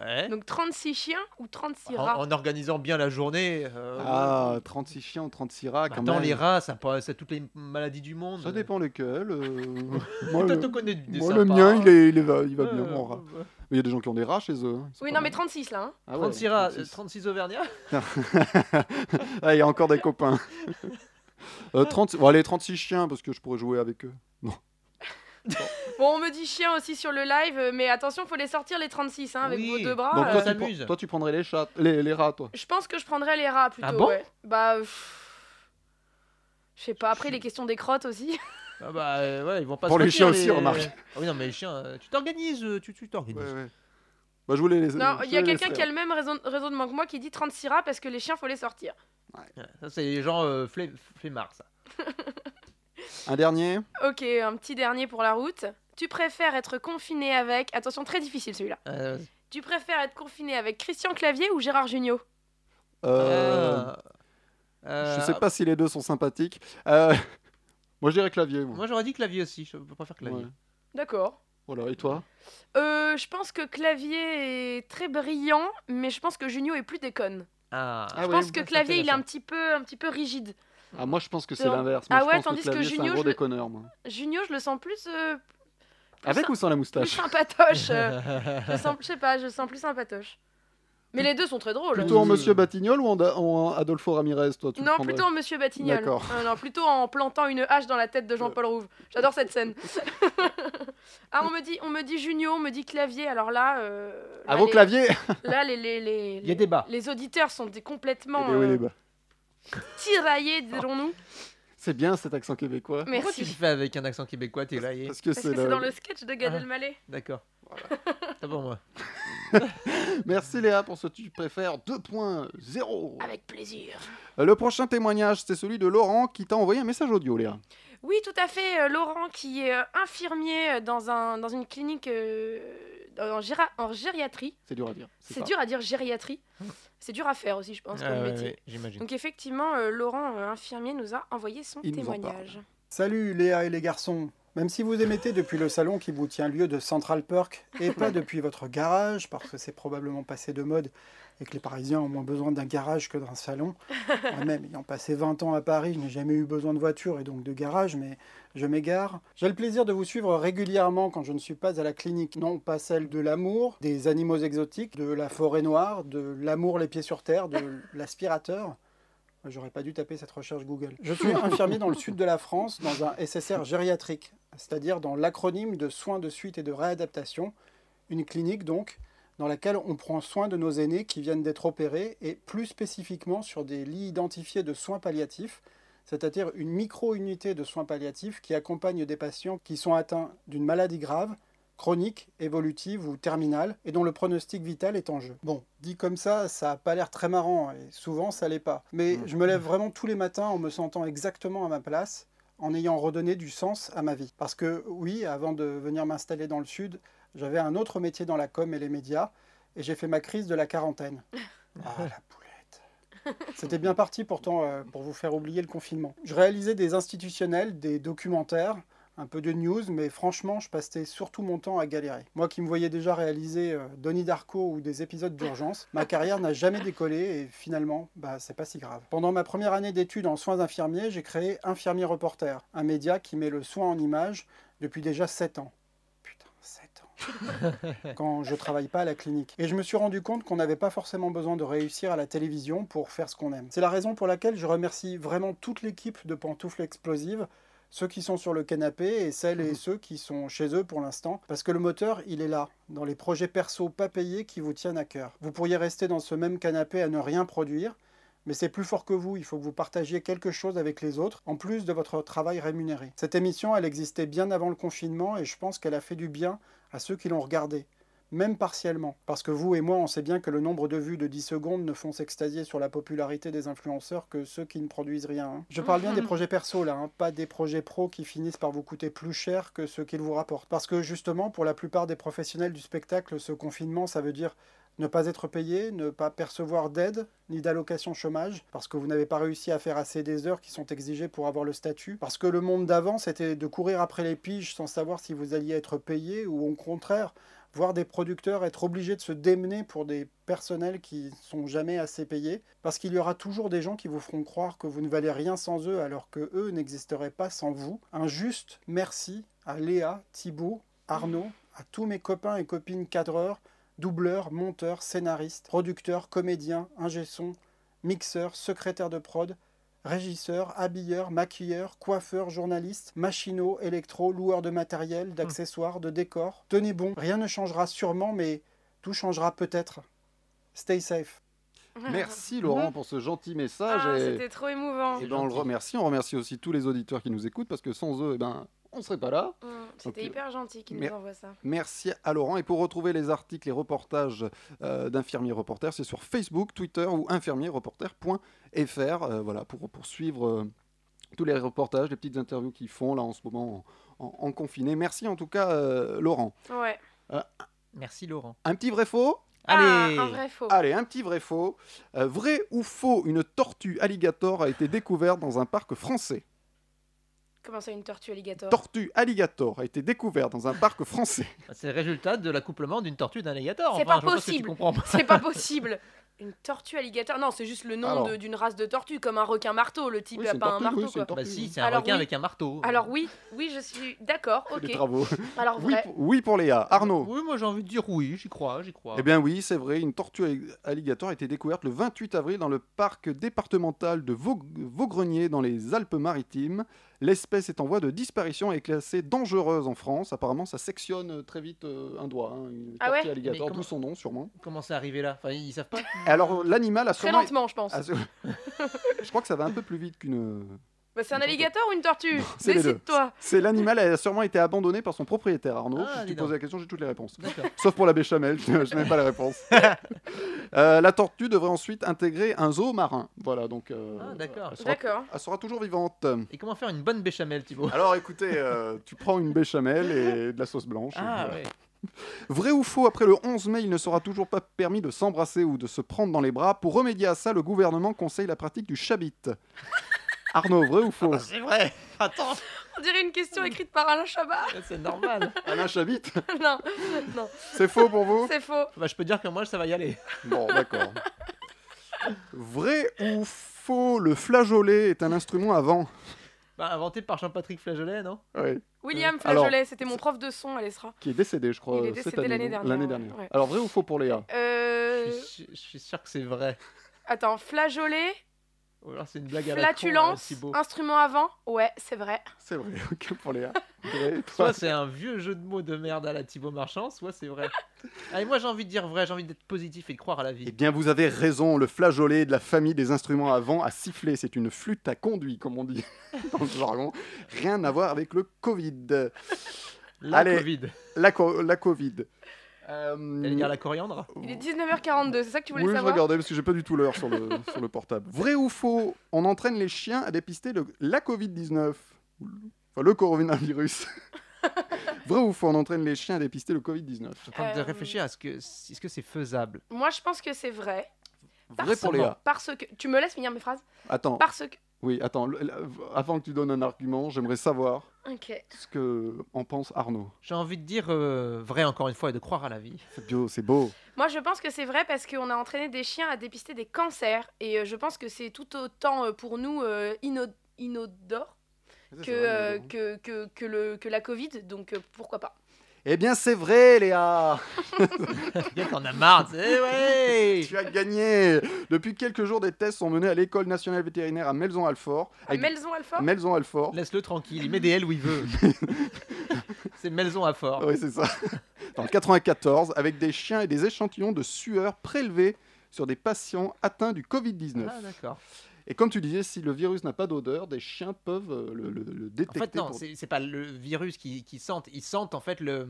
C: Ouais.
B: Donc 36 chiens ou 36
C: En,
B: rats
C: en organisant bien la journée. euh,
A: Ah, 36 chiens ou 36 rats,
C: bah,
A: quand
C: dans
A: même.
C: les rats, ça passe à toutes les maladies du monde.
A: Ça dépend lesquels. euh.
C: Toi,
A: moi, le,
C: t'en connais des
A: moi, le
C: sympas,
A: mien,
C: hein.
A: il, est, il, est va, il va
C: Ouais,
A: bien, mon rat.
C: ouais.
A: Mais il y a des gens qui ont des rats chez eux. hein. C'est
B: Oui,
A: pas mal.
B: non, mais 36 là. hein.
A: Ah ouais,
C: 36 rats,
A: 36.
C: euh, 36 auvergnats.
A: *laughs* ah, il y a encore des copains. *laughs* Euh, 30... Bon, allez, 36 chiens, parce que je pourrais jouer avec eux. Non.
B: Bon, on me dit chien aussi sur le live, euh, mais attention, faut les sortir les 36 hein, avec
C: Oui.
B: vos deux bras.
A: Donc, toi,
B: euh,
A: tu, prends- toi, tu prendrais les, chats... les, les rats, toi.
B: Je pense que je prendrais les rats plutôt.
A: Ah bon
B: ouais. Bah. euh, pff, Je sais pas, après les questions des crottes aussi.
C: *laughs* Ah bah euh, ouais, ils vont pas
A: Pour
C: se
A: les chiens
C: mentir,
A: aussi, remarque.
C: Ah oui, non, mais les chiens, euh, tu t'organises, euh, tu tu t'organises.
A: Bah, je voulais les.
B: non,
A: je
B: il y
A: voulais
B: a
A: les
B: quelqu'un qui a
A: frères.
B: le même raison- raisonnement que moi qui dit 36 rats parce que les chiens, faut les sortir.
C: Ouais, Ça, c'est les gens euh, flé- flemmards, ça.
A: Un dernier
B: Ok, un petit dernier pour la route. Tu préfères être confiné avec. Attention, très difficile celui-là.
C: Euh,
B: Tu préfères être confiné avec Christian Clavier ou Gérard Jugnot
A: Euh,
C: euh,
B: Euh,
A: Je sais pas si les deux sont sympathiques. Euh, *laughs* Moi, je dirais clavier. Moi.
C: Moi, j'aurais dit clavier aussi. Je préfère clavier.
A: Ouais.
B: D'accord.
A: Voilà, et toi
B: Euh, je pense que Clavier est très brillant, mais je pense que Jugnot est plus déconne.
C: Ah,
A: Ah
C: *laughs*
B: je
A: oui,
B: pense
A: bah,
B: que
A: c'est
B: Clavier, il est
A: intéressant.
B: un petit peu, un petit peu rigide.
A: Ah, moi, je pense que c'est
B: Non.
A: l'inverse.
B: Ah
A: Moi, je
B: ouais,
A: pense
B: tandis que
A: clavier, c'est un
B: Junio,
A: gros
B: je le-
A: déconneur, moi.
B: Jugnot, je le sens plus, euh,
A: Avec
B: ça-
A: ou sans la
B: plus
A: moustache *laughs*
B: sympatoche. euh, je, le sens, je sais pas, je le sens plus sympatoche. Mais les deux sont très drôles.
A: Plutôt en Monsieur Batignol ou en, Da- en Adolfo Ramirez, toi tu le
B: Non,
A: prendrais
B: plutôt en Monsieur Batignol.
A: D'accord.
B: Euh, non, plutôt en plantant une hache dans la tête de Jean-Paul Rouve. J'adore cette
A: *laughs*
B: scène. ah, on me dit, on me dit Junio, on me dit clavier. Alors là, euh,
A: À Ah,
B: là,
A: vos
B: les- *laughs*
A: claviers.
B: Là, les, les, les,
A: Il y a débat.
B: Les auditeurs sont des- complètement
A: Eh ben oui,
B: euh,
A: les bas.
B: tiraillés, dirons-nous.
A: C'est bien cet accent québécois.
B: Euh, Merci.
C: Pourquoi tu le fais avec un accent québécois, t'es là
A: Parce que
B: Mm. Parce que
A: c'est
B: c'est
A: le-
B: dans le sketch de Gad
C: Ah.
B: Elmaleh.
C: D'accord. C'est pour moi.
A: Merci Léa pour ce tu préfères 2.0.
B: Avec plaisir.
A: Euh, Le prochain témoignage, c'est celui de Laurent qui t'a envoyé un message audio, Léa.
B: Oui, tout à fait. euh, Laurent, qui est euh, infirmier euh, dans, un, dans une clinique euh, en, géra- en gériatrie.
A: C'est dur à dire.
B: C'est
A: ça.
B: dur à dire gériatrie. C'est dur à faire aussi, je pense,
A: Ah
B: comme
A: ouais,
B: métier.
A: ouais, j'imagine.
B: Donc effectivement, euh, Laurent, euh, infirmier, nous a envoyé son
M: Il nous en
B: témoignage.
M: Salut Léa et les garçons. Même si vous émettez depuis le salon qui vous tient lieu de Central Perk et pas depuis votre garage, parce que c'est probablement passé de mode et que les Parisiens ont moins besoin d'un garage que d'un salon. Moi-même, ayant passé 20 ans à Paris, je n'ai jamais eu besoin de voiture et donc de garage, mais je m'égare. J'ai le plaisir de vous suivre régulièrement quand je ne suis pas à la clinique. Non, pas celle de l'amour, des animaux exotiques, de la forêt noire, de l'amour les pieds sur terre, de l'aspirateur. J'aurais pas dû taper cette recherche Google. Je suis infirmier dans le sud de la France, dans un SSR gériatrique, c'est-à-dire dans l'acronyme de soins de suite et de réadaptation, une clinique donc, dans laquelle on prend soin de nos aînés qui viennent d'être opérés, et plus spécifiquement sur des lits identifiés de soins palliatifs, c'est-à-dire une micro-unité de soins palliatifs qui accompagne des patients qui sont atteints d'une maladie grave, chronique, évolutive ou terminale, et dont le pronostic vital est en jeu. Bon, dit comme ça, ça a pas l'air très marrant, et souvent ça l'est pas. Mais je me lève vraiment tous les matins en me sentant exactement à ma place, en ayant redonné du sens à ma vie. Parce que oui, avant de venir m'installer dans le sud, j'avais un autre métier dans la com et les médias, et j'ai fait ma crise de la quarantaine. Ah, la c'était bien parti pourtant euh, pour vous faire oublier le confinement. Je réalisais des institutionnels, des documentaires, un peu de news, mais franchement, je passais surtout mon temps à galérer. Moi qui me voyais déjà réaliser euh, Donnie Darko ou des épisodes d'urgence, ma carrière n'a jamais décollé et finalement, bah, c'est pas si grave. Pendant ma première année d'études en soins infirmiers, j'ai créé Infirmier Reporter, un média qui met le soin en image depuis déjà 7 ans quand je travaille pas à la clinique. Et je me suis rendu compte qu'on n'avait pas forcément besoin de réussir à la télévision pour faire ce qu'on aime. C'est la raison pour laquelle je remercie vraiment toute l'équipe de Pantoufles Explosives, ceux qui sont sur le canapé et celles et ceux qui sont chez eux pour l'instant, parce que le moteur, il est là, dans les projets perso pas payés qui vous tiennent à cœur. Vous pourriez rester dans ce même canapé à ne rien produire, mais c'est plus fort que vous, il faut que vous partagiez quelque chose avec les autres, en plus de votre travail rémunéré. Cette émission, elle existait bien avant le confinement et je pense qu'elle a fait du bien à ceux qui l'ont regardée, même partiellement. Parce que vous et moi, on sait bien que le nombre de vues de 10 secondes ne font s'extasier sur la popularité des influenceurs que ceux qui ne produisent rien. hein. Je parle bien des projets perso là, hein, pas des projets pro qui finissent par vous coûter plus cher que ce qu'ils vous rapportent. Parce que justement, pour la plupart des professionnels du spectacle, ce confinement, ça veut dire ne pas être payé, ne pas percevoir d'aide ni d'allocation chômage, parce que vous n'avez pas réussi à faire assez des heures qui sont exigées pour avoir le statut, parce que le monde d'avant c'était de courir après les piges sans savoir si vous alliez être payé ou au contraire voir des producteurs être obligés de se démener pour des personnels qui sont jamais assez payés, parce qu'il y aura toujours des gens qui vous feront croire que vous ne valez rien sans eux alors que eux n'existeraient pas sans vous. Un juste merci à Léa, Thibaut, Arnaud, à tous mes copains et copines cadreurs, doubleurs, monteurs, scénaristes, producteurs, comédiens, ingé son, mixeurs, secrétaires de prod, régisseurs, habilleurs, maquilleurs, coiffeurs, journalistes, machinaux, électro, loueurs de matériel, d'accessoires, de décors. Tenez bon, rien ne changera sûrement, mais tout changera peut-être. Stay safe.
B: *laughs*
A: Merci Laurent pour ce gentil message.
B: Ah,
A: et-
B: c'était trop émouvant.
A: et ben, on le remercie. On remercie aussi tous les auditeurs qui nous écoutent parce que sans eux, eh ben, on serait pas là.
B: Mm, C'était
A: Donc,
B: hyper gentil qu'il
A: mer-
B: nous envoie ça.
A: Merci à Laurent. Et pour retrouver les articles et reportages euh, d'infirmiers reporters, c'est sur Facebook, Twitter ou infirmierreporter.fr. Euh, voilà, pour, pour suivre euh, tous les reportages, les petites interviews qu'ils font là en ce moment en, en- en confiné. Merci en tout cas, euh, Laurent.
B: Ouais.
A: Euh,
C: Merci Laurent.
A: un petit vrai faux
B: Allez. Ah, un vrai faux.
A: Allez, un petit vrai faux. Euh, vrai ou faux, une tortue alligator a été découverte dans un parc français.
B: Comment ça, une tortue alligator
A: Tortue alligator a été découverte dans un parc français.
C: Bah, C'est le résultat de l'accouplement d'une tortue et d'un alligator.
B: C'est
C: Enfin,
B: pas
C: je pense que tu
B: possible.
C: comprends
B: C'est pas possible. Une tortue alligator Non, c'est juste le nom
C: Alors.
B: de- d'une race de tortue, comme un requin marteau. Le type
C: Oui,
B: a
C: c'est une
B: pas un
C: tortue, oui,
B: marteau.
C: c'est une
B: quoi.
C: tortue. Bah si, c'est un requin avec un marteau.
B: Alors oui, oui, je suis d'accord. Ok.
A: Les travaux.
B: Alors
A: oui,
B: vrai.
A: pour- oui pour Léa. Arnaud.
C: Oui, moi j'ai envie de dire oui, j'y crois, j'y crois.
A: Eh bien oui, c'est vrai, une tortue alli- alligator a été découverte le 28 avril dans le parc départemental de Vau- Vaugrenier dans les Alpes-Maritimes. L'espèce est en voie de disparition et est classée dangereuse en France. Apparemment, ça sectionne très vite euh, un doigt, hein, une
C: Ah
A: tortue
C: ouais Mais
A: alligator,
C: comment-
A: d'où son nom sûrement.
C: Comment c'est arrivé là Enfin, ils savent pas.
A: Alors l'animal a
B: Très
A: sûrement- Ah,
B: lentement, je pense.
A: a- *laughs* je crois que ça va un peu plus vite qu'une... euh,
B: Bah, c'est un alligator ou une *laughs* tortue
A: C'est les deux.
B: Décide-toi.
A: C'est l'animal, elle a sûrement été abandonnée par son propriétaire, Arnaud. Si
B: Ah, dis
A: tu
B: donc.
A: poses la question, j'ai toutes les réponses. *laughs* Sauf pour la béchamel, je, je n'ai pas la
C: *laughs*
A: réponse. Euh, la tortue devrait ensuite intégrer un zoo marin. Voilà, donc. euh,
C: Ah, d'accord.
A: elle sera- Elle sera toujours vivante.
C: Et comment faire une bonne béchamel, Thibaut
A: Alors écoutez, euh, tu prends une béchamel et de la sauce blanche. et
C: Ah
A: voilà.
C: ouais.
A: Vrai ou faux, après le 11 mai, il ne sera toujours pas permis de s'embrasser ou de se prendre dans les bras. Pour remédier à ça, le gouvernement conseille la pratique du
C: *laughs*
A: chabit. Arnaud, vrai ou faux
C: Ah, C'est vrai.
B: *laughs*
C: Attends.
B: On dirait une question écrite par Alain Chabat. *laughs*
C: C'est normal.
A: Alain Chabit
B: non, non.
A: C'est faux pour vous
B: C'est faux.
C: Bah, je peux dire que moi, ça va y aller.
A: Bon, d'accord. Vrai ou faux, le flageolet est un instrument à vent
C: Bah, inventé par Jean-Patrick Flageolet, non
A: Ouais.
B: William
A: Alors,
B: Flageolet, c'était mon prof de son à l'ESRA.
A: Qui est décédé, je crois,
B: Il est
A: euh, cette
B: décédé
A: année.
B: l'année
A: non
B: dernière,
A: L'année
B: ouais,
A: dernière.
B: ouais.
A: Alors, vrai ou faux pour Léa
B: Euh,
C: Je suis- je suis sûr que c'est vrai.
B: Attends, flageolet,
C: Ou alors c'est une blague à la con, euh,
B: flatulence, Ah.
C: Thibaut.
B: instrument avant. Ouais, c'est vrai.
A: *laughs* C'est *laughs* vrai, ok pour Léa. Vrai,
C: Soit c'est un vieux jeu de mots de merde à la Thibaut Marchand, soit
B: *laughs*
C: c'est vrai. Allez, moi j'ai envie de dire vrai, j'ai envie d'être positif et de croire à la vie.
A: Eh bien, vous avez raison, le flageolet de la famille des instruments à vent à siffler, c'est une flûte à conduit, comme on dit *laughs* dans le jargon. Rien à voir avec le Covid.
C: La Covid.
A: La, co- la Covid. Euh,
C: T'allais dire la coriandre
B: Il est 19h42, c'est ça que tu voulais
A: oui, je
B: savoir
A: regardais parce que j'ai pas du tout l'heure
B: *laughs*
A: sur le, sur le portable. Vrai ou faux On entraîne les chiens à dépister le- la Covid-19. Enfin, le
B: *laughs*
A: coronavirus. Vrai ou faux On entraîne les chiens à dépister le Covid-19.
C: Je suis en train de
B: Euh,
C: réfléchir à ce que est-ce que c'est faisable.
B: Moi, je pense que c'est vrai.
A: Vrai pour Léa.
B: Parce que. Tu me laisses finir mes phrases
A: Attends.
B: Parce que.
A: Oui, attends. le- le- avant que tu donnes un argument, j'aimerais savoir
B: Ok.
A: ce que en pense Arnaud.
C: J'ai envie de dire euh, vrai encore une fois et de croire à la vie.
A: C'est beau, c'est beau.
B: Moi, je pense que c'est vrai parce qu'on a entraîné des chiens à dépister des cancers. Et euh, je pense que c'est tout autant euh, pour nous euh, ino- inodore
A: c'est
B: que,
A: vrai,
B: euh, que, que, que, le, que la Covid. Donc, euh, pourquoi pas
A: Eh bien, c'est vrai, Léa
C: Il t'en a marre, tu sais, Eh ouais
A: Tu as gagné Depuis quelques jours, des tests sont menés à l'école nationale vétérinaire à Melzon-Alfort.
B: À Melzon-Alfort
A: Melzon-Alfort.
C: Laisse-le tranquille, il met des L où il *laughs* veut. c'est Melzon à fort.
A: Oui, c'est ça. *laughs* Dans le 94, avec des chiens et des échantillons de sueur prélevés sur des patients atteints du Covid-19.
C: Ah, d'accord.
A: Et comme tu disais, si le virus n'a pas d'odeur, des chiens peuvent euh, le, le- le
C: En
A: détecter.
C: fait, non,
A: pour-
C: c'est c'est pas le virus qui, qui sentent. Ils sentent en fait le,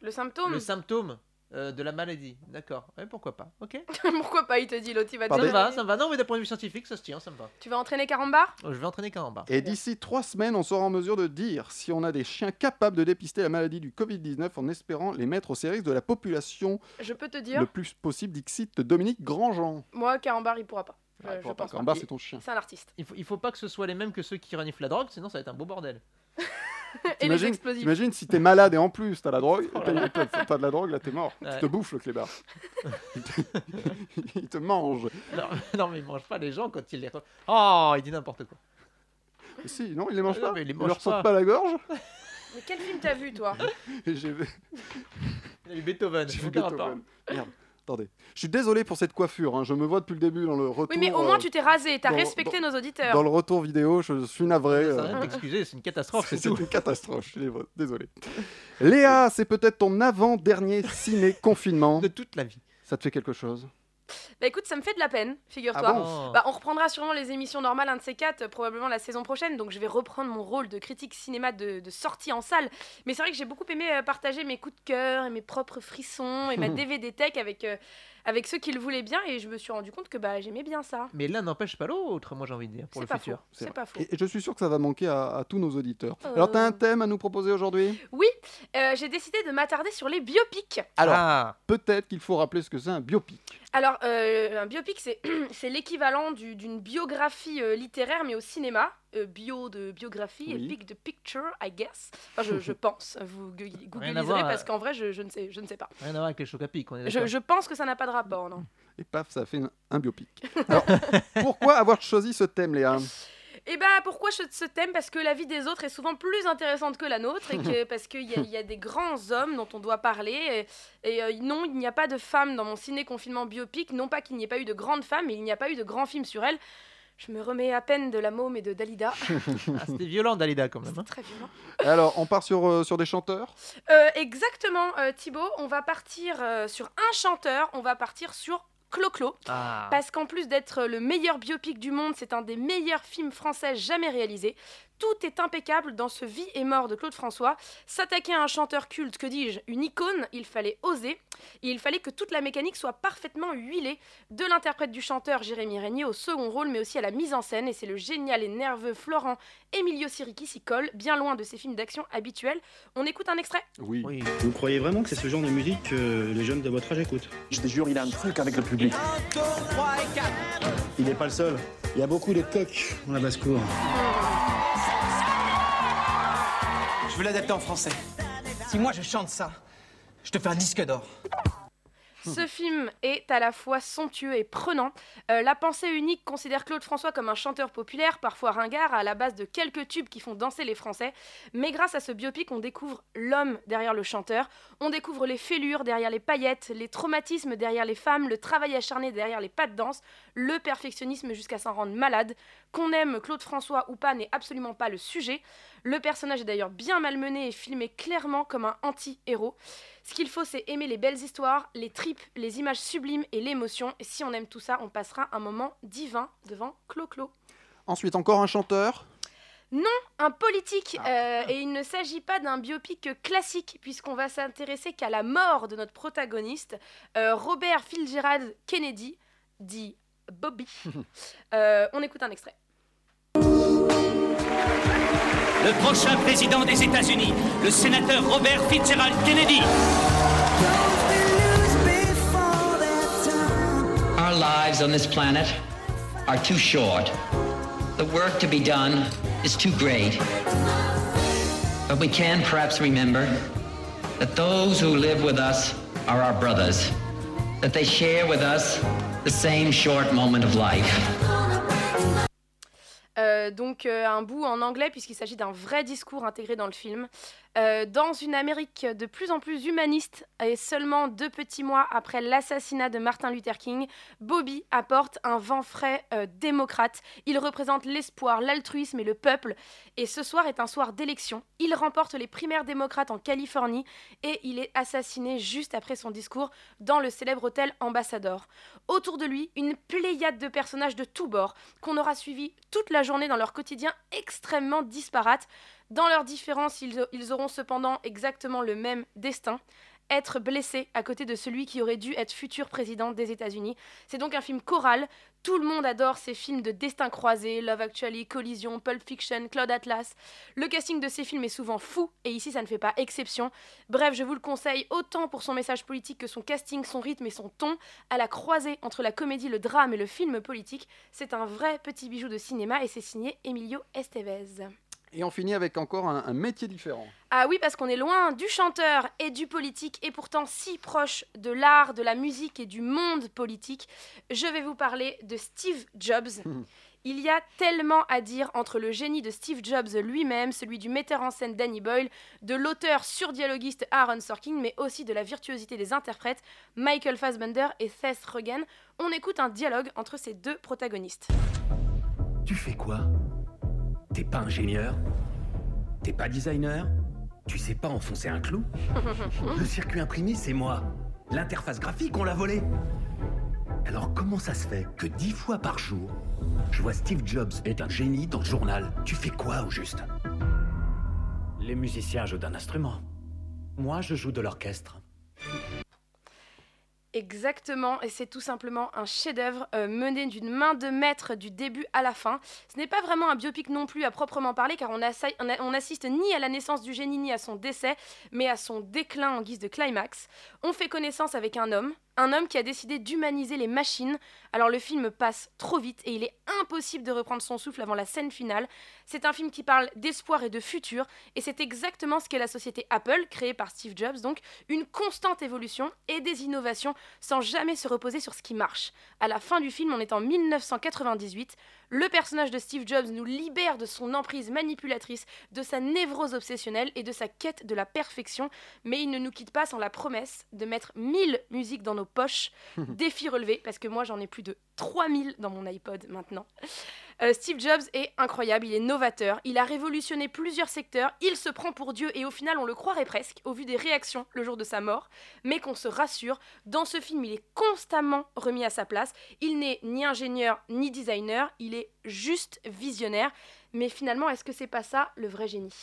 B: Le symptôme *laughs*
C: le symptôme euh, de la maladie. D'accord. Ouais, pourquoi pas Ok.
B: Pourquoi pas Il te dit, l'autre, il va te
C: Ça me
B: dire.
C: va, ça me va. Non, mais d'un point de vue scientifique, ça se tient, ça me va.
B: Tu vas entraîner Carambar
C: Je vais entraîner Karamba.
A: Et d'ici trois semaines, on sera en mesure de dire si on a des chiens capables de dépister la maladie du Covid-19 en espérant les mettre au service de la population
B: Je peux te dire,
A: le plus possible, dixit Dominique Grandjean.
B: moi, Carambar, il pourra pas. Euh, Je-
A: Ah, il pourra
B: je
A: pas.
B: pense
A: Carambar, c'est ton chien.
B: C'est un artiste.
C: Il faut, il faut pas que ce soit les mêmes que ceux qui reniflent la drogue, sinon ça va être un beau bordel.
B: *laughs* Et les
A: T'imagines-
B: explosifs.
A: T'imagines si t'es malade et en plus t'as la drogue, t'as t'as- t'as de la drogue, là t'es mort.
C: Oh Ouais.
A: Tu te bouffes le clébard. *laughs* il te mange.
C: Non, *laughs* non, mais ils mangent pas les gens quand ils les. re- Oh, il dit n'importe quoi.
A: Mais Si, non, il les mange
C: Ah Non,
A: pas.
C: mais il les
A: Ils
C: mange
A: leur
C: pas.
A: saute pas la gorge.
B: Mais quel film t'as vu, toi
A: Et j'ai
C: *laughs*
A: vu
C: Il a eu Beethoven.
A: j'ai vu
C: aucun
A: Beethoven.
C: rapport.
A: Merde, attendez. Je suis désolé pour cette coiffure. hein, Je me vois depuis le début dans le retour.
B: Oui, mais au moins,
A: euh,
B: tu t'es rasé, t'as
A: dans-
B: respecté nos auditeurs.
A: Dans le retour vidéo, je suis navré.
C: Ça
A: euh.
C: rien t'excuser, c'est une catastrophe, c'est
A: C'est
C: tout.
A: une catastrophe, je suis dé- désolé. Léa, c'est peut-être ton avant-dernier
C: *laughs*
A: ciné-confinement. De
C: toute la vie.
A: Ça te fait quelque chose
B: Bah écoute, ça me fait de la peine, figure-toi.
A: Ah
C: Oh.
A: bon
B: bah, on reprendra sûrement les émissions normales, un de ces quatre, euh, probablement la saison prochaine, donc je vais reprendre mon rôle de critique cinéma de, de sortie en salle. Mais c'est vrai que j'ai beaucoup aimé euh, partager mes coups de cœur et mes propres frissons et ma DVD tech avec, euh, avec ceux qui le voulaient bien et je me suis rendu compte que bah, j'aimais bien ça.
C: Mais l'un n'empêche pas l'autre, moi j'ai envie de dire, pour
B: C'est
C: le
B: pas
C: futur.
B: faux, c'est
A: vrai.
B: pas faux.
A: Et et je suis sûr que ça va manquer à, à tous nos auditeurs.
B: Euh.
A: Alors, t'as un thème à nous proposer aujourd'hui
B: Oui, euh, j'ai décidé de m'attarder sur les biopics.
A: Alors,
B: Ah.
A: peut-être qu'il faut rappeler ce que c'est un biopic.
B: Alors, euh, un biopic, c'est *clears throat* c'est l'équivalent du- d'une biographie euh, littéraire, mais au cinéma. Euh, bio de biographie
C: Oui.
B: et pic de picture, I guess. Enfin, je,
C: *laughs*
B: je pense. Vous gu-
C: Rien à voir,
B: googliserez parce
C: euh.
B: qu'en vrai, je, je ne sais, je ne sais pas.
C: Rien à voir avec les chocs à pic, on est
B: Je,
C: d'accord. *laughs*
B: je pense que ça n'a pas de rapport, non
A: Et paf, ça fait un, un
B: *laughs*
A: biopic. Alors, pourquoi avoir choisi ce thème, Léa
B: Et bah pourquoi je- ce thème Parce que la vie des autres est souvent plus intéressante que la nôtre et
C: *laughs*
B: que parce qu'il y, a- il y a des grands hommes dont on doit parler. Et, et, euh, non, il n'y a pas de femmes dans mon ciné confinement biopic. Non pas qu'il n'y ait pas eu de grandes femmes, mais il n'y a pas eu de grands films sur elles. Je me remets à peine de la môme et de Dalida.
C: Ah, C'était violent, Dalida, quand même. hein.
B: Très violent.
A: Alors, on part sur, euh, sur des chanteurs
B: Euh, exactement, euh, Thibaut. On va partir euh, sur un chanteur. On va partir sur Clo-Clo.
C: Ah.
B: Parce qu'en plus d'être le meilleur biopic du monde, c'est un des meilleurs films français jamais réalisés. Tout est impeccable dans ce Vie et mort de Claude François. S'attaquer à un chanteur culte, que dis-je, une icône, il fallait oser. Et il fallait que toute la mécanique soit parfaitement huilée, de l'interprète du chanteur Jérémy Régnier au second rôle, mais aussi à la mise en scène. Et c'est le génial et nerveux Florent Emilio Siri qui s'y colle, bien loin de ses films d'action habituels. On écoute un extrait
A: Oui.
N: Vous croyez vraiment que c'est ce genre de musique que les jeunes de votre âge écoutent Je te jure, il a un truc avec le public. Il n'est pas le seul. Il y a beaucoup de coqs dans la basse-cour.
O: Je veux l'adapter en français. Si moi je chante ça, je te fais un disque d'or.
B: Ce film est à la fois somptueux et prenant. Euh, la pensée unique considère Claude François comme un chanteur populaire, parfois ringard, à la base de quelques tubes qui font danser les Français. Mais grâce à ce biopic, on découvre l'homme derrière le chanteur. On découvre les fêlures derrière les paillettes, les traumatismes derrière les femmes, le travail acharné derrière les pas de danse, le perfectionnisme jusqu'à s'en rendre malade. Qu'on aime Claude François ou pas n'est absolument pas le sujet. Le personnage est d'ailleurs bien malmené et filmé clairement comme un anti-héros. Ce qu'il faut, c'est aimer les belles histoires, les tripes, les images sublimes et l'émotion. Et si on aime tout ça, on passera un moment divin devant Clo-Clo.
A: Ensuite, encore un chanteur
B: Non, un politique. euh, et il ne s'agit pas d'un biopic classique, puisqu'on va s'intéresser qu'à la mort de notre protagoniste, euh, Robert Fitzgerald Kennedy, dit Bobby. Euh, on écoute un extrait.
P: Le prochain président des États-Unis, le sénateur Robert Fitzgerald Kennedy.
Q: Our lives on this planet are too short. The work to be done is too great. But we can perhaps remember that those who live with us are our brothers, that they share with us the same short moment of life.
B: Euh, donc euh, un bout en anglais puisqu'il s'agit d'un vrai discours intégré dans le film. Euh, dans une Amérique de plus en plus humaniste et seulement deux petits mois après l'assassinat de Martin Luther King, Bobby apporte un vent frais euh, démocrate. Il représente l'espoir, l'altruisme et le peuple. Et ce soir est un soir d'élection. Il remporte les primaires démocrates en Californie et il est assassiné juste après son discours dans le célèbre hôtel Ambassador. Autour de lui, une pléiade de personnages de tous bords qu'on aura suivis toute la journée dans leur quotidien extrêmement disparate. Dans leurs différences, ils, ils auront cependant exactement le même destin être blessé à côté de celui qui aurait dû être futur président des États-Unis. C'est donc un film choral. Tout le monde adore ces films de destin croisé, Love Actually, Collision, Pulp Fiction, Claude Atlas. Le casting de ces films est souvent fou, et ici ça ne fait pas exception. Bref, je vous le conseille autant pour son message politique que son casting, son rythme et son ton. À la croisée entre la comédie, le drame et le film politique, c'est un vrai petit bijou de cinéma et c'est signé Emilio Estevez.
A: Et on finit avec encore un, un métier différent.
B: Ah oui, parce qu'on est loin du chanteur et du politique, et pourtant si proche de l'art, de la musique et du monde politique. Je vais vous parler de Steve Jobs. Il y a tellement à dire entre le génie de Steve Jobs lui-même, celui du metteur en scène Danny Boyle, de l'auteur surdialoguiste Aaron Sorkin, mais aussi de la virtuosité des interprètes Michael Fassbender et Seth Rogen. On écoute un dialogue entre ces deux protagonistes.
R: Tu fais quoi T'es pas ingénieur T'es pas designer Tu sais pas enfoncer un clou Le circuit imprimé, c'est moi. L'interface graphique, on l'a volée. Alors comment ça se fait que dix fois par jour, je vois Steve Jobs est un génie dans le journal Tu fais quoi au juste Les musiciens jouent d'un instrument. Moi, je joue de l'orchestre.
B: Exactement, et c'est tout simplement un chef-d'œuvre euh, mené d'une main de maître du début à la fin. Ce n'est pas vraiment un biopic non plus à proprement parler, car on, assi- on a- on assiste ni à la naissance du génie ni à son décès, mais à son déclin en guise de climax. On fait connaissance avec un homme, un homme qui a décidé d'humaniser les machines. Alors le film passe trop vite et il est impossible de reprendre son souffle avant la scène finale. C'est un film qui parle d'espoir et de futur et c'est exactement ce qu'est la société Apple, créée par Steve Jobs, donc une constante évolution et des innovations sans jamais se reposer sur ce qui marche. À la fin du film, on est en 1998, le personnage de Steve Jobs nous libère de son emprise manipulatrice, de sa névrose obsessionnelle et de sa quête de la perfection, mais il ne nous quitte pas sans la promesse de mettre 1000 musiques dans nos poches. Défi relevé, parce que moi j'en ai plus de 3000 dans mon iPod maintenant. Euh, Steve Jobs est incroyable, il est novateur, il a révolutionné plusieurs secteurs, il se prend pour Dieu et au final on le croirait presque au vu des réactions le jour de sa mort, mais qu'on se rassure, dans ce film il est constamment remis à sa place, il n'est ni ingénieur ni designer, il est juste visionnaire, mais finalement est-ce que c'est pas ça le vrai génie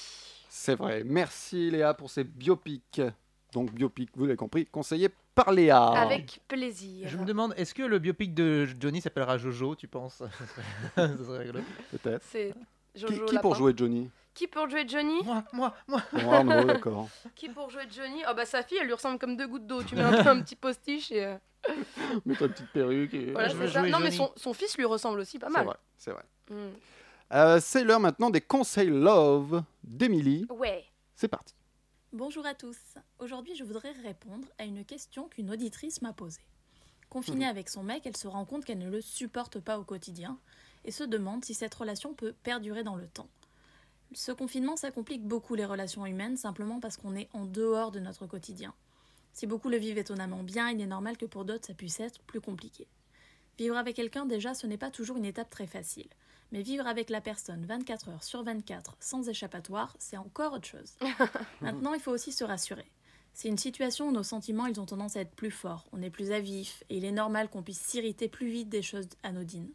A: C'est vrai. Merci Léa pour ces biopics. Donc biopic, vous l'avez compris, conseillé par Léa.
B: Avec plaisir.
C: Je me demande, est-ce que le biopic de Johnny s'appellera Jojo, tu penses *laughs* Ça serait rigolo.
A: Peut-être.
B: C'est
A: Qui,
B: Jojo
A: qui pour
B: Lapin.
A: jouer Johnny
B: Qui pour jouer Johnny
C: Moi, moi, moi.
A: Bon, Arnaud,
B: *laughs*
A: d'accord.
B: Qui pour jouer Johnny Oh bah sa fille, elle lui ressemble comme deux gouttes d'eau. Tu mets un, peu un petit postiche et. euh,
A: Mets ta petite perruque. Et...
B: Voilà, c'est ça. Non mais son, son fils lui ressemble aussi pas
A: C'est
B: mal.
A: vrai, c'est vrai.
B: Mm.
A: Euh, c'est l'heure maintenant des conseils love d'Emilie.
G: Ouais.
A: C'est parti.
S: Bonjour à tous. Aujourd'hui, je voudrais répondre à une question qu'une auditrice m'a posée. Confinée avec son mec, elle se rend compte qu'elle ne le supporte pas au quotidien et se demande si cette relation peut perdurer dans le temps. Ce confinement, ça complique beaucoup les relations humaines simplement parce qu'on est en dehors de notre quotidien. Si beaucoup le vivent étonnamment bien, il est normal que pour d'autres, ça puisse être plus compliqué. Vivre avec quelqu'un, déjà, ce n'est pas toujours une étape très facile. Mais vivre avec la personne 24 heures sur 24, sans échappatoire, c'est encore autre chose. Maintenant, il faut aussi se rassurer. C'est une situation où nos sentiments, ils ont tendance à être plus forts, on est plus à vif, et il est normal qu'on puisse s'irriter plus vite des choses anodines.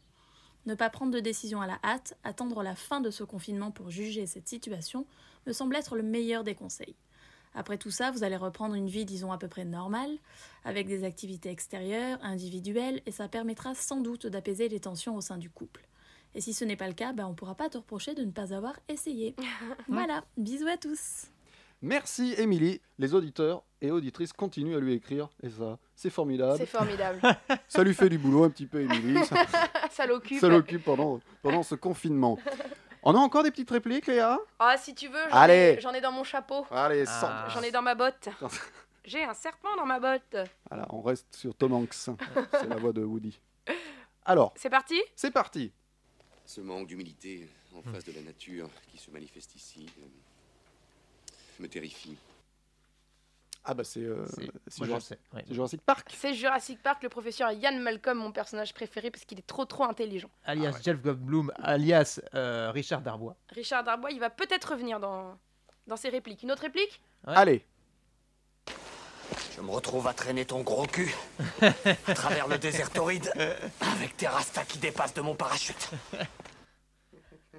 S: Ne pas prendre de décision à la hâte, attendre la fin de ce confinement pour juger cette situation, me semble être le meilleur des conseils. Après tout ça, vous allez reprendre une vie, disons, à peu près normale, avec des activités extérieures, individuelles, et ça permettra sans doute d'apaiser les tensions au sein du couple. Et si ce n'est pas le cas, bah, on ne pourra pas te reprocher de ne pas avoir essayé. voilà, bisous à tous
A: Merci Émilie. Les auditeurs et auditrices continuent à lui écrire et ça, c'est formidable. *laughs*
B: C'est formidable. Ah,
A: ça lui fait du boulot un petit
B: *laughs*
A: peu Émilie. Ça,
B: ça l'occupe.
A: ça l'occupe pendant, pendant ce confinement. On a encore des petites répliques Léa
B: Ah si tu veux, j'en
A: Allez.
B: ai- j'en ai dans mon chapeau.
A: Allez, Ah. sans-
B: J'en ai dans
A: *laughs*
B: ma botte.
A: Dans-
B: J'ai un serpent dans ma botte.
A: Voilà, on reste sur Tom
B: *laughs*
A: Hanks. C'est la voix de Woody. Alors,
B: C'est parti
A: c'est parti.
T: Ce manque d'humilité en face de la nature qui se manifeste ici euh, me terrifie.
A: Ah bah c'est euh, c'est
C: moi, je
A: Jura-
C: le sais, ouais.
A: c'est Jurassic Park.
B: C'est Jurassic Park, le professeur Ian Malcolm, mon personnage préféré, parce qu'il est trop trop intelligent.
C: Alias Jeff Goldblum, alias euh, Richard Darbois.
B: Richard Darbois, il va peut-être revenir dans, dans ses répliques. Une autre réplique
A: Allez.
U: Je me retrouve à traîner ton gros cul à travers le désert torride avec tes rastas qui dépassent de mon parachute.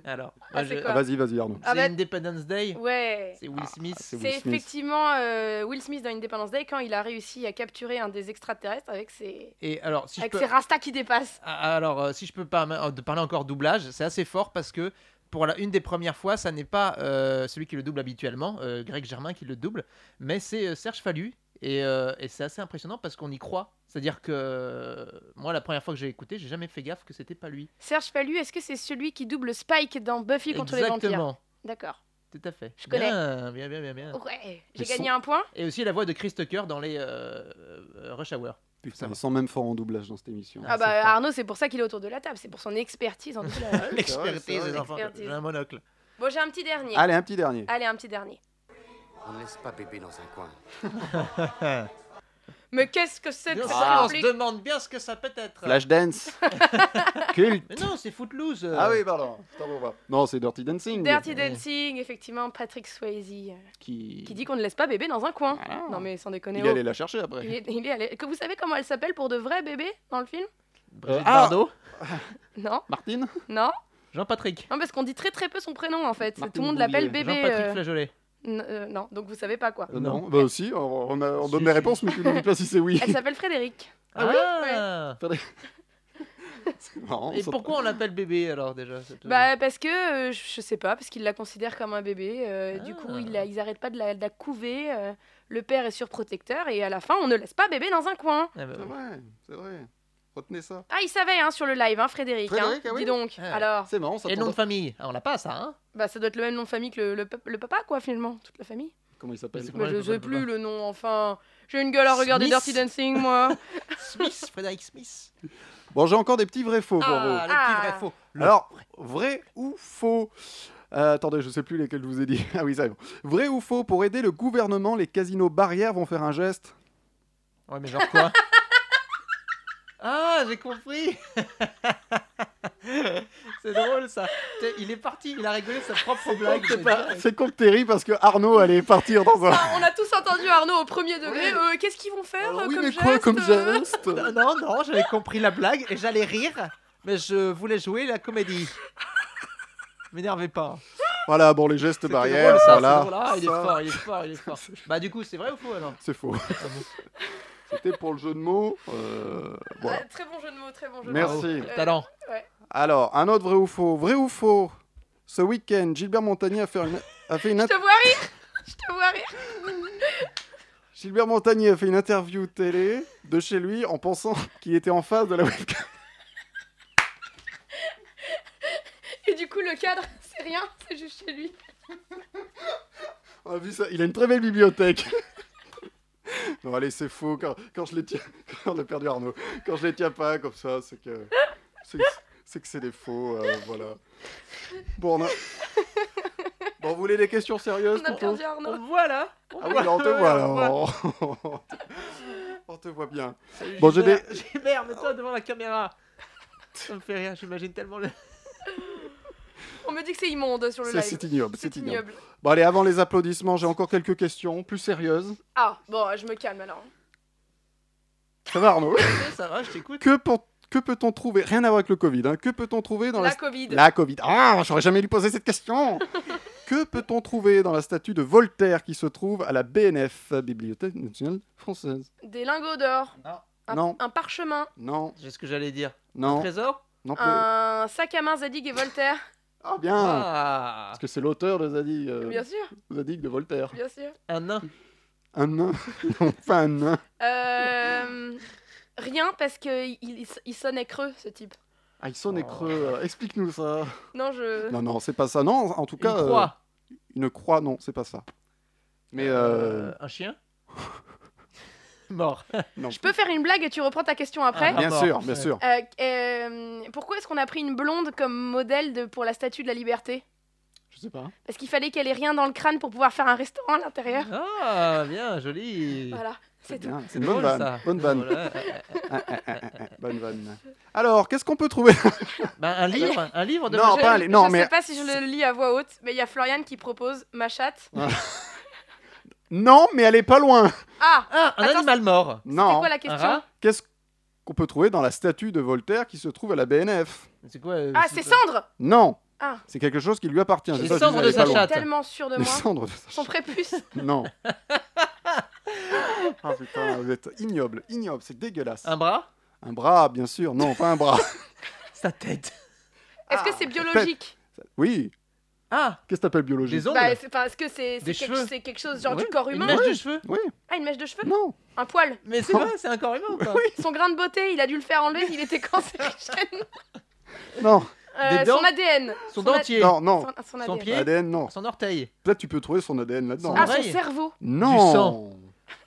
C: Alors,
B: Ah, c'est quoi
A: Vas-y, vas-y Arnaud.
B: Ah
C: C'est
B: bah-
C: Independence Day
B: Ouais.
C: C'est Will Smith
A: Ah, c'est
B: C'est effectivement euh, Will Smith dans Independence Day quand il a réussi à capturer un des extraterrestres avec ses,
C: Et alors, si je
B: avec
C: peux...
B: ses rastas qui dépassent.
C: Ah, Alors, euh, si je peux par- euh, de parler encore doublage, c'est assez fort parce que pour la une des premières fois, ça n'est pas euh, celui qui le double habituellement, euh, Greg Germain qui le double, mais c'est euh, Serge Fallu. Et, euh, et c'est assez impressionnant parce qu'on y croit. C'est-à-dire que euh, moi, la première fois que j'ai écouté, j'ai jamais fait gaffe que c'était pas lui.
B: Serge Fallu, est-ce que c'est celui qui double Spike dans Buffy contre les vampires
C: Exactement.
B: D'accord.
C: Tout à fait. Je
B: connais. Oh.
C: Bien, bien, bien, bien. bien.
B: Ouais, j'ai
C: Le
B: gagné
C: son-
B: un point.
C: Et aussi la voix de Chris Tucker dans les euh, euh, Rush Hour.
A: Putain, ils sont même forts en doublage dans cette émission.
B: Ah, bah Arnaud, c'est pour ça qu'il est autour de la table, c'est pour son expertise en doublage.
C: *laughs* L'expertise des enfants.
B: L'expertise.
C: J'ai un monocle.
B: Bon, j'ai un petit dernier.
A: Allez, un petit dernier.
B: Allez, un petit dernier.
U: On ne laisse pas bébé dans un coin.
B: *laughs* Mais qu'est-ce que c'est que
C: Bien
B: cette
C: sûr, on se
B: réplique
C: demande bien ce que ça peut être.
A: Flashdance. Culte.
C: Mais non, c'est Footloose. euh.
A: Ah oui, pardon. Attends, on va- Non, c'est Dirty Dancing.
B: Dirty Dancing, effectivement, Patrick Swayze, euh,
A: Qui...
B: qui dit qu'on ne laisse pas bébé dans un coin.
C: Ah.
B: Non mais sans déconner.
A: Il est allé
B: oh.
A: la chercher après.
B: Il est- il est allé- Que vous savez comment elle s'appelle pour de vrai bébé dans le film
A: Euh,
C: ah Bardot
B: Non.
A: Martine
B: Non.
C: Jean-Patrick.
B: Non parce qu'on dit très très peu son prénom en fait.
C: Martine
B: Tout le monde
C: Boulier.
B: l'appelle bébé.
C: Jean-Patrick
B: euh,
C: Flageolet.
B: n- euh, non, donc vous savez pas quoi.
A: Euh, non. bah aussi, on, on a-
B: *laughs*
A: on donne des réponses, mais tu nous dis pas si c'est oui.
B: Elle s'appelle Frédéric.
A: Ah oui
B: Ah Ouais.
A: Faudrait- C'est marrant.
C: Et
A: ça.
C: pourquoi on l'appelle bébé alors déjà cette-
B: Bah parce que euh, je je sais pas, parce qu'il la considère comme un bébé. euh, Du coup, il la- ils n'arrêtent pas de la, de la couver. euh, le père est surprotecteur et à la fin, on ne laisse pas bébé dans un coin.
C: Ah bah
A: C'est
C: oui.
A: vrai, c'est vrai. Retenez ça.
B: Ah, il savait hein, sur le live, hein, Frédéric. hein.
A: Frédéric, ah oui
B: Dis donc. Alors,
A: C'est marrant, ça
C: Et le nom de
A: t'entend-
C: famille Ah, On l'a pas ça,
A: *laughs*
C: hein
B: bah ça doit être le même nom de famille que le, le pa- le papa, quoi, finalement, toute la famille.
A: Comment il s'appelle
B: Bah, je sais plus le nom. Enfin, j'ai une gueule à regarder
C: Smith.
B: Dirty Dancing, moi.
C: Smith, Frédéric Smith.
A: Bon, j'ai encore des petits vrais faux pour vous.
C: Ah, le petit vrai faux. Le-
A: Alors, vrai ou faux Euh, Attendez, je sais plus lesquels je vous ai dit. *laughs* Ah oui, ça y est. Vrai ou faux Pour aider le gouvernement, les casinos barrières vont faire un geste.
C: Ouais, mais genre quoi *laughs* Ah, j'ai compris *laughs* C'est drôle ça. T'es- Il est parti, il a rigolé sa propre blague.
A: C'est pas- C'est con que t'aies ri parce que Arnaud allait partir dans un.
B: Ah, on a tous entendu Arnaud au premier degré. euh, Qu'est-ce qu'ils vont faire euh, comme geste euh
C: Non, non, non, j'avais compris la blague et j'allais rire, mais je voulais jouer la comédie. M'énervez pas.
A: Voilà, bon, les gestes
C: C'était
A: barrières,
C: drôle, ça,
A: voilà.
C: c'est drôle. Ah, il est
A: Ça,
C: fort, il est fort, il est fort. *laughs* bah du coup, c'est vrai ou faux alors
A: C'est
C: *laughs*
A: faux. C'était pour le jeu de mots. euh, voilà.
B: Ah, Très bon jeu de mots, très bon jeu de mots.
A: Merci.
B: Euh, ouais.
A: Alors, un autre vrai ou faux. Vrai ou faux Ce week-end, Gilbert Montagnier a fait une, a fait une
B: Je te vois rire Je te vois rire
A: Gilbert Montagnier a fait une interview télé de chez lui en pensant *laughs* qu'il était en face de la webcam.
B: Et du coup, le cadre, *laughs* c'est rien, c'est juste chez lui.
A: On a vu ça. Il a une très belle bibliothèque. *laughs* Non, allez, c'est faux. Quand, quand je les tiens, *laughs* on a perdu Arnaud. Quand je les tiens pas comme ça, c'est que c'est c'est que c'est des faux. euh, voilà. Bon, on a- bon, vous voulez des questions sérieuses
B: On a
A: plutôt
B: perdu Arnaud. Voilà
C: oh,
A: Ah oui, là, on te voit, là, on- on te voit bien. Bon, j'ai des...
C: Gilbert, mets-toi devant la caméra. Ça me fait rire, j'imagine tellement le.
B: On me dit que c'est immonde sur le
A: C'est
B: live.
A: c'est ignoble, c'est ignoble. Bon, allez, avant les applaudissements, j'ai encore quelques questions plus sérieuses.
B: Ah, bon, je me calme alors.
A: Ça va, Arnaud
C: *laughs* Ça va, je t'écoute.
A: Que, pour- que peut-on trouver Rien à voir avec le Covid. hein. Que peut-on trouver dans la,
B: La Covid.
A: La Covid. Ah, j'aurais jamais dû poser cette *laughs* question. que peut-on trouver dans la statue de Voltaire qui se trouve à la BNF, Bibliothèque nationale française
B: Des lingots d'or. Un,
A: Non.
B: un parchemin.
A: Non.
C: C'est ce que j'allais dire.
A: Non.
C: Un trésor
A: Non plus.
B: Un sac à main Zadig et Voltaire.
A: Ah bien.
C: Ah.
A: Parce que c'est l'auteur de Zadig. euh,
B: Bien sûr.
A: Zadig de Voltaire.
B: Bien sûr.
C: Un nain.
A: Un nain. non, pas un nain.
B: Euh, rien parce que il, il, il sonnait creux ce type.
A: Ah, ils sont des creux. Explique-nous ça.
B: Non, je.
A: Non, non, c'est pas ça. Non, en tout cas. euh,
C: croix.
A: une croix, non, c'est pas ça. Mais. euh,
C: Euh, un chien *laughs* Mort.
A: non.
B: Je peux faire une blague et tu reprends ta question après
A: Ah, bien Ah, sûr, bon. bien sûr.
B: Euh, euh, pourquoi est-ce qu'on a pris une blonde comme modèle de, pour la statue de la liberté
A: Je sais pas.
B: Parce qu'il fallait qu'elle ait rien dans le crâne pour pouvoir faire un restaurant à l'intérieur.
C: Ah, bien, joli.
B: Voilà, c'est tout.
A: Bien, C'est une bonne
C: drôle,
A: vanne.
C: ça.
A: Bonne vanne.
C: Voilà. Euh,
A: Ah, ah, ah, ah, bonne vanne. Alors, qu'est-ce qu'on peut trouver
C: Bah,
A: *laughs*
C: un livre, un livre de
A: Non,
B: Je-
A: pas un livre. Non,
B: je
A: mais
B: sais pas si je le lis à voix haute, mais il y a Florian qui propose ma chatte.
A: non, mais elle est pas loin.
B: Ah,
C: un animal mort.
A: Non.
B: quoi la question Un rat
A: Qu'est-ce qu'on peut trouver dans la statue de Voltaire qui se trouve à la BNF
C: C'est quoi euh,
B: Ah, c'est Cendre
A: Non.
B: Ah.
A: C'est quelque chose qui lui appartient.
C: Les
A: C'est ça, je
C: cendres
A: disais,
C: de
A: elle est pas
C: sa
A: loin.
C: chatte.
B: Tellement sûr de
A: Les
B: moi.
A: cendres de sa
B: Son prépuce.
C: *laughs*
A: Non. Ah putain, vous êtes ignoble, ignoble, c'est dégueulasse.
C: Un bras
A: Un bras, bien sûr. Non, pas un
C: *laughs*
A: bras.
C: Sa tête.
A: Ah.
B: Est-ce que c'est biologique
A: Oui.
C: Ah.
A: Qu'est-ce que t'appelles biologie
B: Bah, c'est- enfin, Est-ce que c'est c'est
A: Des
B: quelque,
A: cheveux.
B: c'est quelque chose
C: Ah
B: genre
A: Oui.
B: du corps
A: Une
B: humain
A: mèche de Oui. cheveux. Oui.
B: Ah, une mèche de cheveux
A: Non.
B: Un poil
C: Mais c'est vrai, c'est un corps humain ou pas
B: Son grain de beauté, il a dû le faire enlever, il
A: *laughs*
B: était cancérigène.
A: Non.
B: Euh,
A: Des dents
B: son ADN.
C: Son
B: a-
C: dentier.
A: Non, non.
B: Son, son ADN.
A: ADN, non.
C: Son orteil.
A: Peut-être tu peux trouver son ADN là-dedans.
C: Son
B: Ah, son cerveau.
A: Non.
C: Du sang.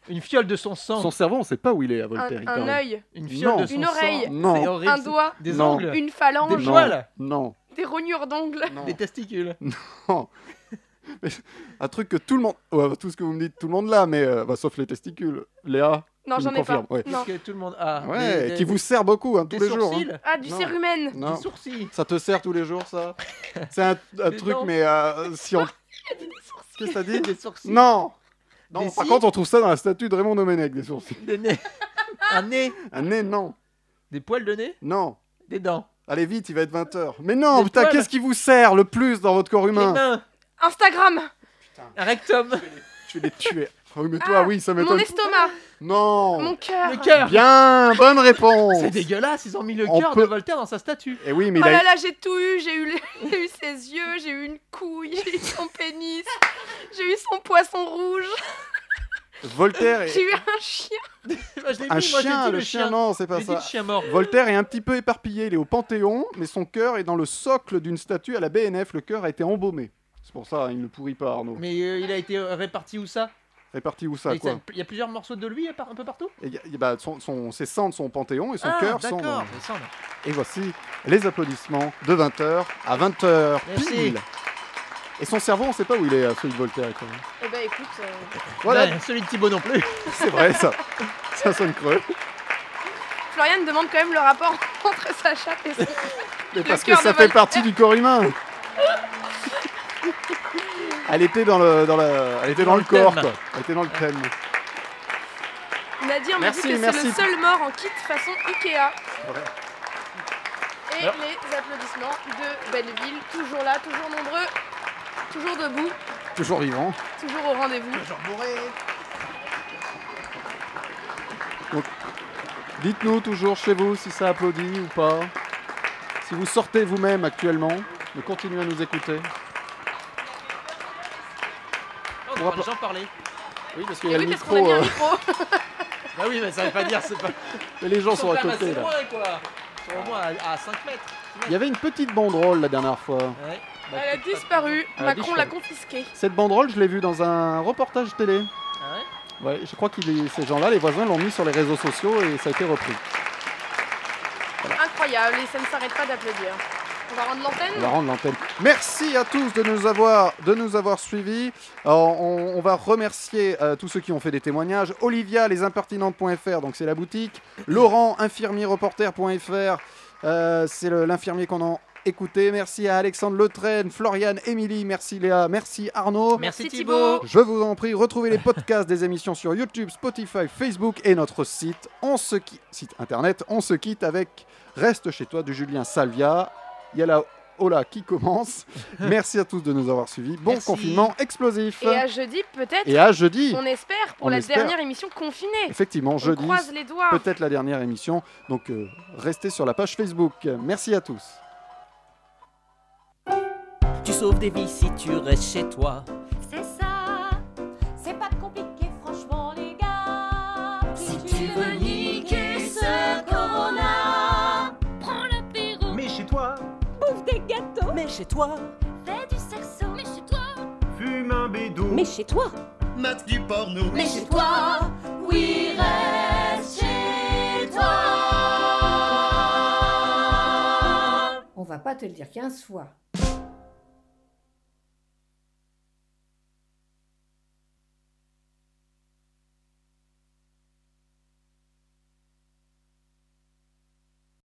C: Une fiole de son sang.
A: Son cerveau, on sait pas où il est à
B: Un,
A: Voltaire. il
B: un
A: paraît.
B: œil.
C: Une fiole de son
B: Une oreille.
C: sang.
A: Non.
C: C'est horrible.
B: Un doigt.
C: Des
A: Non.
C: ongles.
B: Une phalange.
C: Des poils.
A: Non.
B: Des rognures d'ongles.
C: Des testicules.
A: Non. Mais un truc que tout le monde. ouais, tout ce que vous me dites, tout le monde l'a, mais euh, bah, sauf les testicules. Léa
B: Non,
A: tu me
B: j'en ai pas.
A: confirmes, ouais.
B: Non.
C: Que tout le monde a.
A: Ouais,
C: Des- des-
A: qui vous sert beaucoup hein, tous
C: des
A: les jours.
C: sourcils.
A: hein.
B: Ah, du
A: Non.
B: cérumen.
A: Non.
C: Des sourcils.
A: Ça te sert tous les jours,
C: *laughs*
A: ça C'est un, un
C: Des
A: truc,
C: dents.
A: mais euh, si
C: *laughs*
A: on. Qu'est-ce que t'as dit
C: Des sourcils.
A: Non Non,
C: Des
A: par
C: cils.
A: contre, on trouve ça dans la statue de Raymond Domenech, des sourcils.
C: Des nez. Un nez.
A: Un nez, non.
C: Des poils de nez.
A: Non.
C: Des dents.
A: Allez vite, il va être 20h. Mais non,
C: Des
A: putain,
C: poils.
A: qu'est-ce qui vous sert le plus dans votre corps
C: Des
A: humain
C: mains.
B: Instagram.
C: Un rectum.
A: *laughs*
C: *laughs*
A: Je vais les tuer. Ah oui, mais toi, oui, ça
B: Mon
A: m'étonne.
B: estomac.
A: Non
B: Mon cœur.
C: Le cœur.
A: Bien, bonne réponse
C: *laughs* C'est dégueulasse, ils ont mis le
A: On
C: cœur
A: peut-
C: de Voltaire dans sa statue.
A: Et oui, mais
B: oh
A: il a-
B: là là, j'ai tout eu. J'ai eu, le- *laughs* j'ai eu ses yeux, j'ai eu une couille, j'ai eu son pénis, j'ai eu son poisson rouge,
A: Voltaire est...
B: j'ai eu un chien.
A: Un Ah, chien, le chien, non, c'est pas
C: J'ai dit
A: ça.
C: le chien mort.
A: Voltaire est un petit peu éparpillé, il est au Panthéon, mais son cœur est dans le socle d'une statue à la BNF. Le cœur a été embaumé. C'est pour ça, il ne pourrit pas, Arnaud.
C: Mais euh, il a été euh, réparti où ça
A: Réparti où ça,
C: Il
A: quoi
C: y a plusieurs morceaux de lui par- un peu partout
A: Et y a- y a- bah, son, son- Ses cendres sont au Panthéon et son
C: Ah,
A: cœur sont...
C: d'accord, les cendres.
A: Et voici les applaudissements de 20h à 20h
C: Merci.
A: pile. Et son cerveau, on ne sait pas où il est, euh, celui de Voltaire. quand même.
B: Eh ben écoute. euh,
A: Voilà.
C: Ouais, Bah, celui de Thibaut non plus.
A: C'est vrai, ça. Ça sonne creux.
B: Florian demande quand même le rapport *laughs* entre sa chatte et son.
A: Mais
B: le
A: parce que
B: cœur de
A: ça fait
B: Voltaire.
A: partie du corps humain. Elle était dans le, dans la- elle était dans,
C: Dans
A: le
C: le
A: corps,
C: thème.
A: quoi. Elle était dans le thème.
B: Nadir me dit
A: Merci,
B: que c'est
A: merci.
B: le seul mort en kit façon Ikea.
A: Voilà.
B: Et
A: Alors.
B: les applaudissements de Belleville, toujours là, toujours nombreux, toujours debout,
A: Toujours vivant.
B: toujours au rendez-vous. Toujours
C: bourré.
A: Donc, dites-nous toujours chez vous si ça applaudit ou pas. Si vous sortez vous-même actuellement, mais continuez à nous écouter.
C: Oh, On va pas parler.
A: Oui, parce qu'il y a le micro.
C: qu'on a mis un
A: euh,
B: micro.
C: bah oui, mais ça veut pas dire, c'est pas.
A: Mais les gens sont à
C: quand même
A: côté,
C: assez
A: là.
C: loin, quoi. Ils sont au moins à, à 5 mètres.
A: Il y avait une petite banderole la dernière fois.
C: Ouais.
A: Bah,
C: Bah,
B: Elle a disparu,
A: Elle a
B: Macron
A: disparu.
B: l'a confisquée.
A: Cette banderole, je l'ai vue dans un reportage télé.
C: Ah ouais
A: Ouais, je crois que ces gens-là, les voisins, l'ont mis sur les réseaux sociaux et ça a été repris.
B: Incroyable, et ça ne s'arrête pas d'applaudir. On va rendre l'antenne
A: On va rendre l'antenne. Merci à tous de nous avoir, de nous avoir suivis. Alors, on, on va remercier euh, tous ceux qui ont fait des témoignages. Olivia, lesimpertinentes.fr, donc c'est la boutique. Laurent, infirmierreporter.fr, euh, c'est le- l'infirmier qu'on a écouté. Merci à Alexandre Letraine, Floriane, Émilie, merci Léa, merci Arnaud.
C: Merci Thibaut.
A: Je vous en prie, retrouvez les podcasts des émissions sur YouTube, Spotify, Facebook et notre site. On se qui- site internet. On se quitte avec Reste chez toi de Julien Salvia. Il y a la Ola qui
B: *laughs*
A: commence. Merci à tous de nous avoir suivis. Bon
B: Merci.
A: confinement explosif.
B: Et à jeudi peut-être.
A: Et à jeudi.
B: On espère pour
A: On
B: la
A: espère.
B: dernière émission confinée.
A: Effectivement,
B: On
A: jeudi.
B: croise les doigts.
A: Peut-être la dernière émission. Donc euh, restez sur la page Facebook. Merci à tous.
D: Tu sauves des vies si tu restes chez toi.
V: C'est ça, c'est pas compliqué, franchement, les gars. Si
D: tu veux niquer
V: ce qu'on a, prends l'apéro.
D: Mais chez toi.
V: Bouffe des gâteaux.
D: Mais chez toi.
V: Fais du saxo. Mais chez toi.
D: Fume un bédou.
V: Mais chez toi.
D: Mate du porno.
V: Mais chez toi. Oui, reste chez toi.
W: On va pas te le dire 15 fois.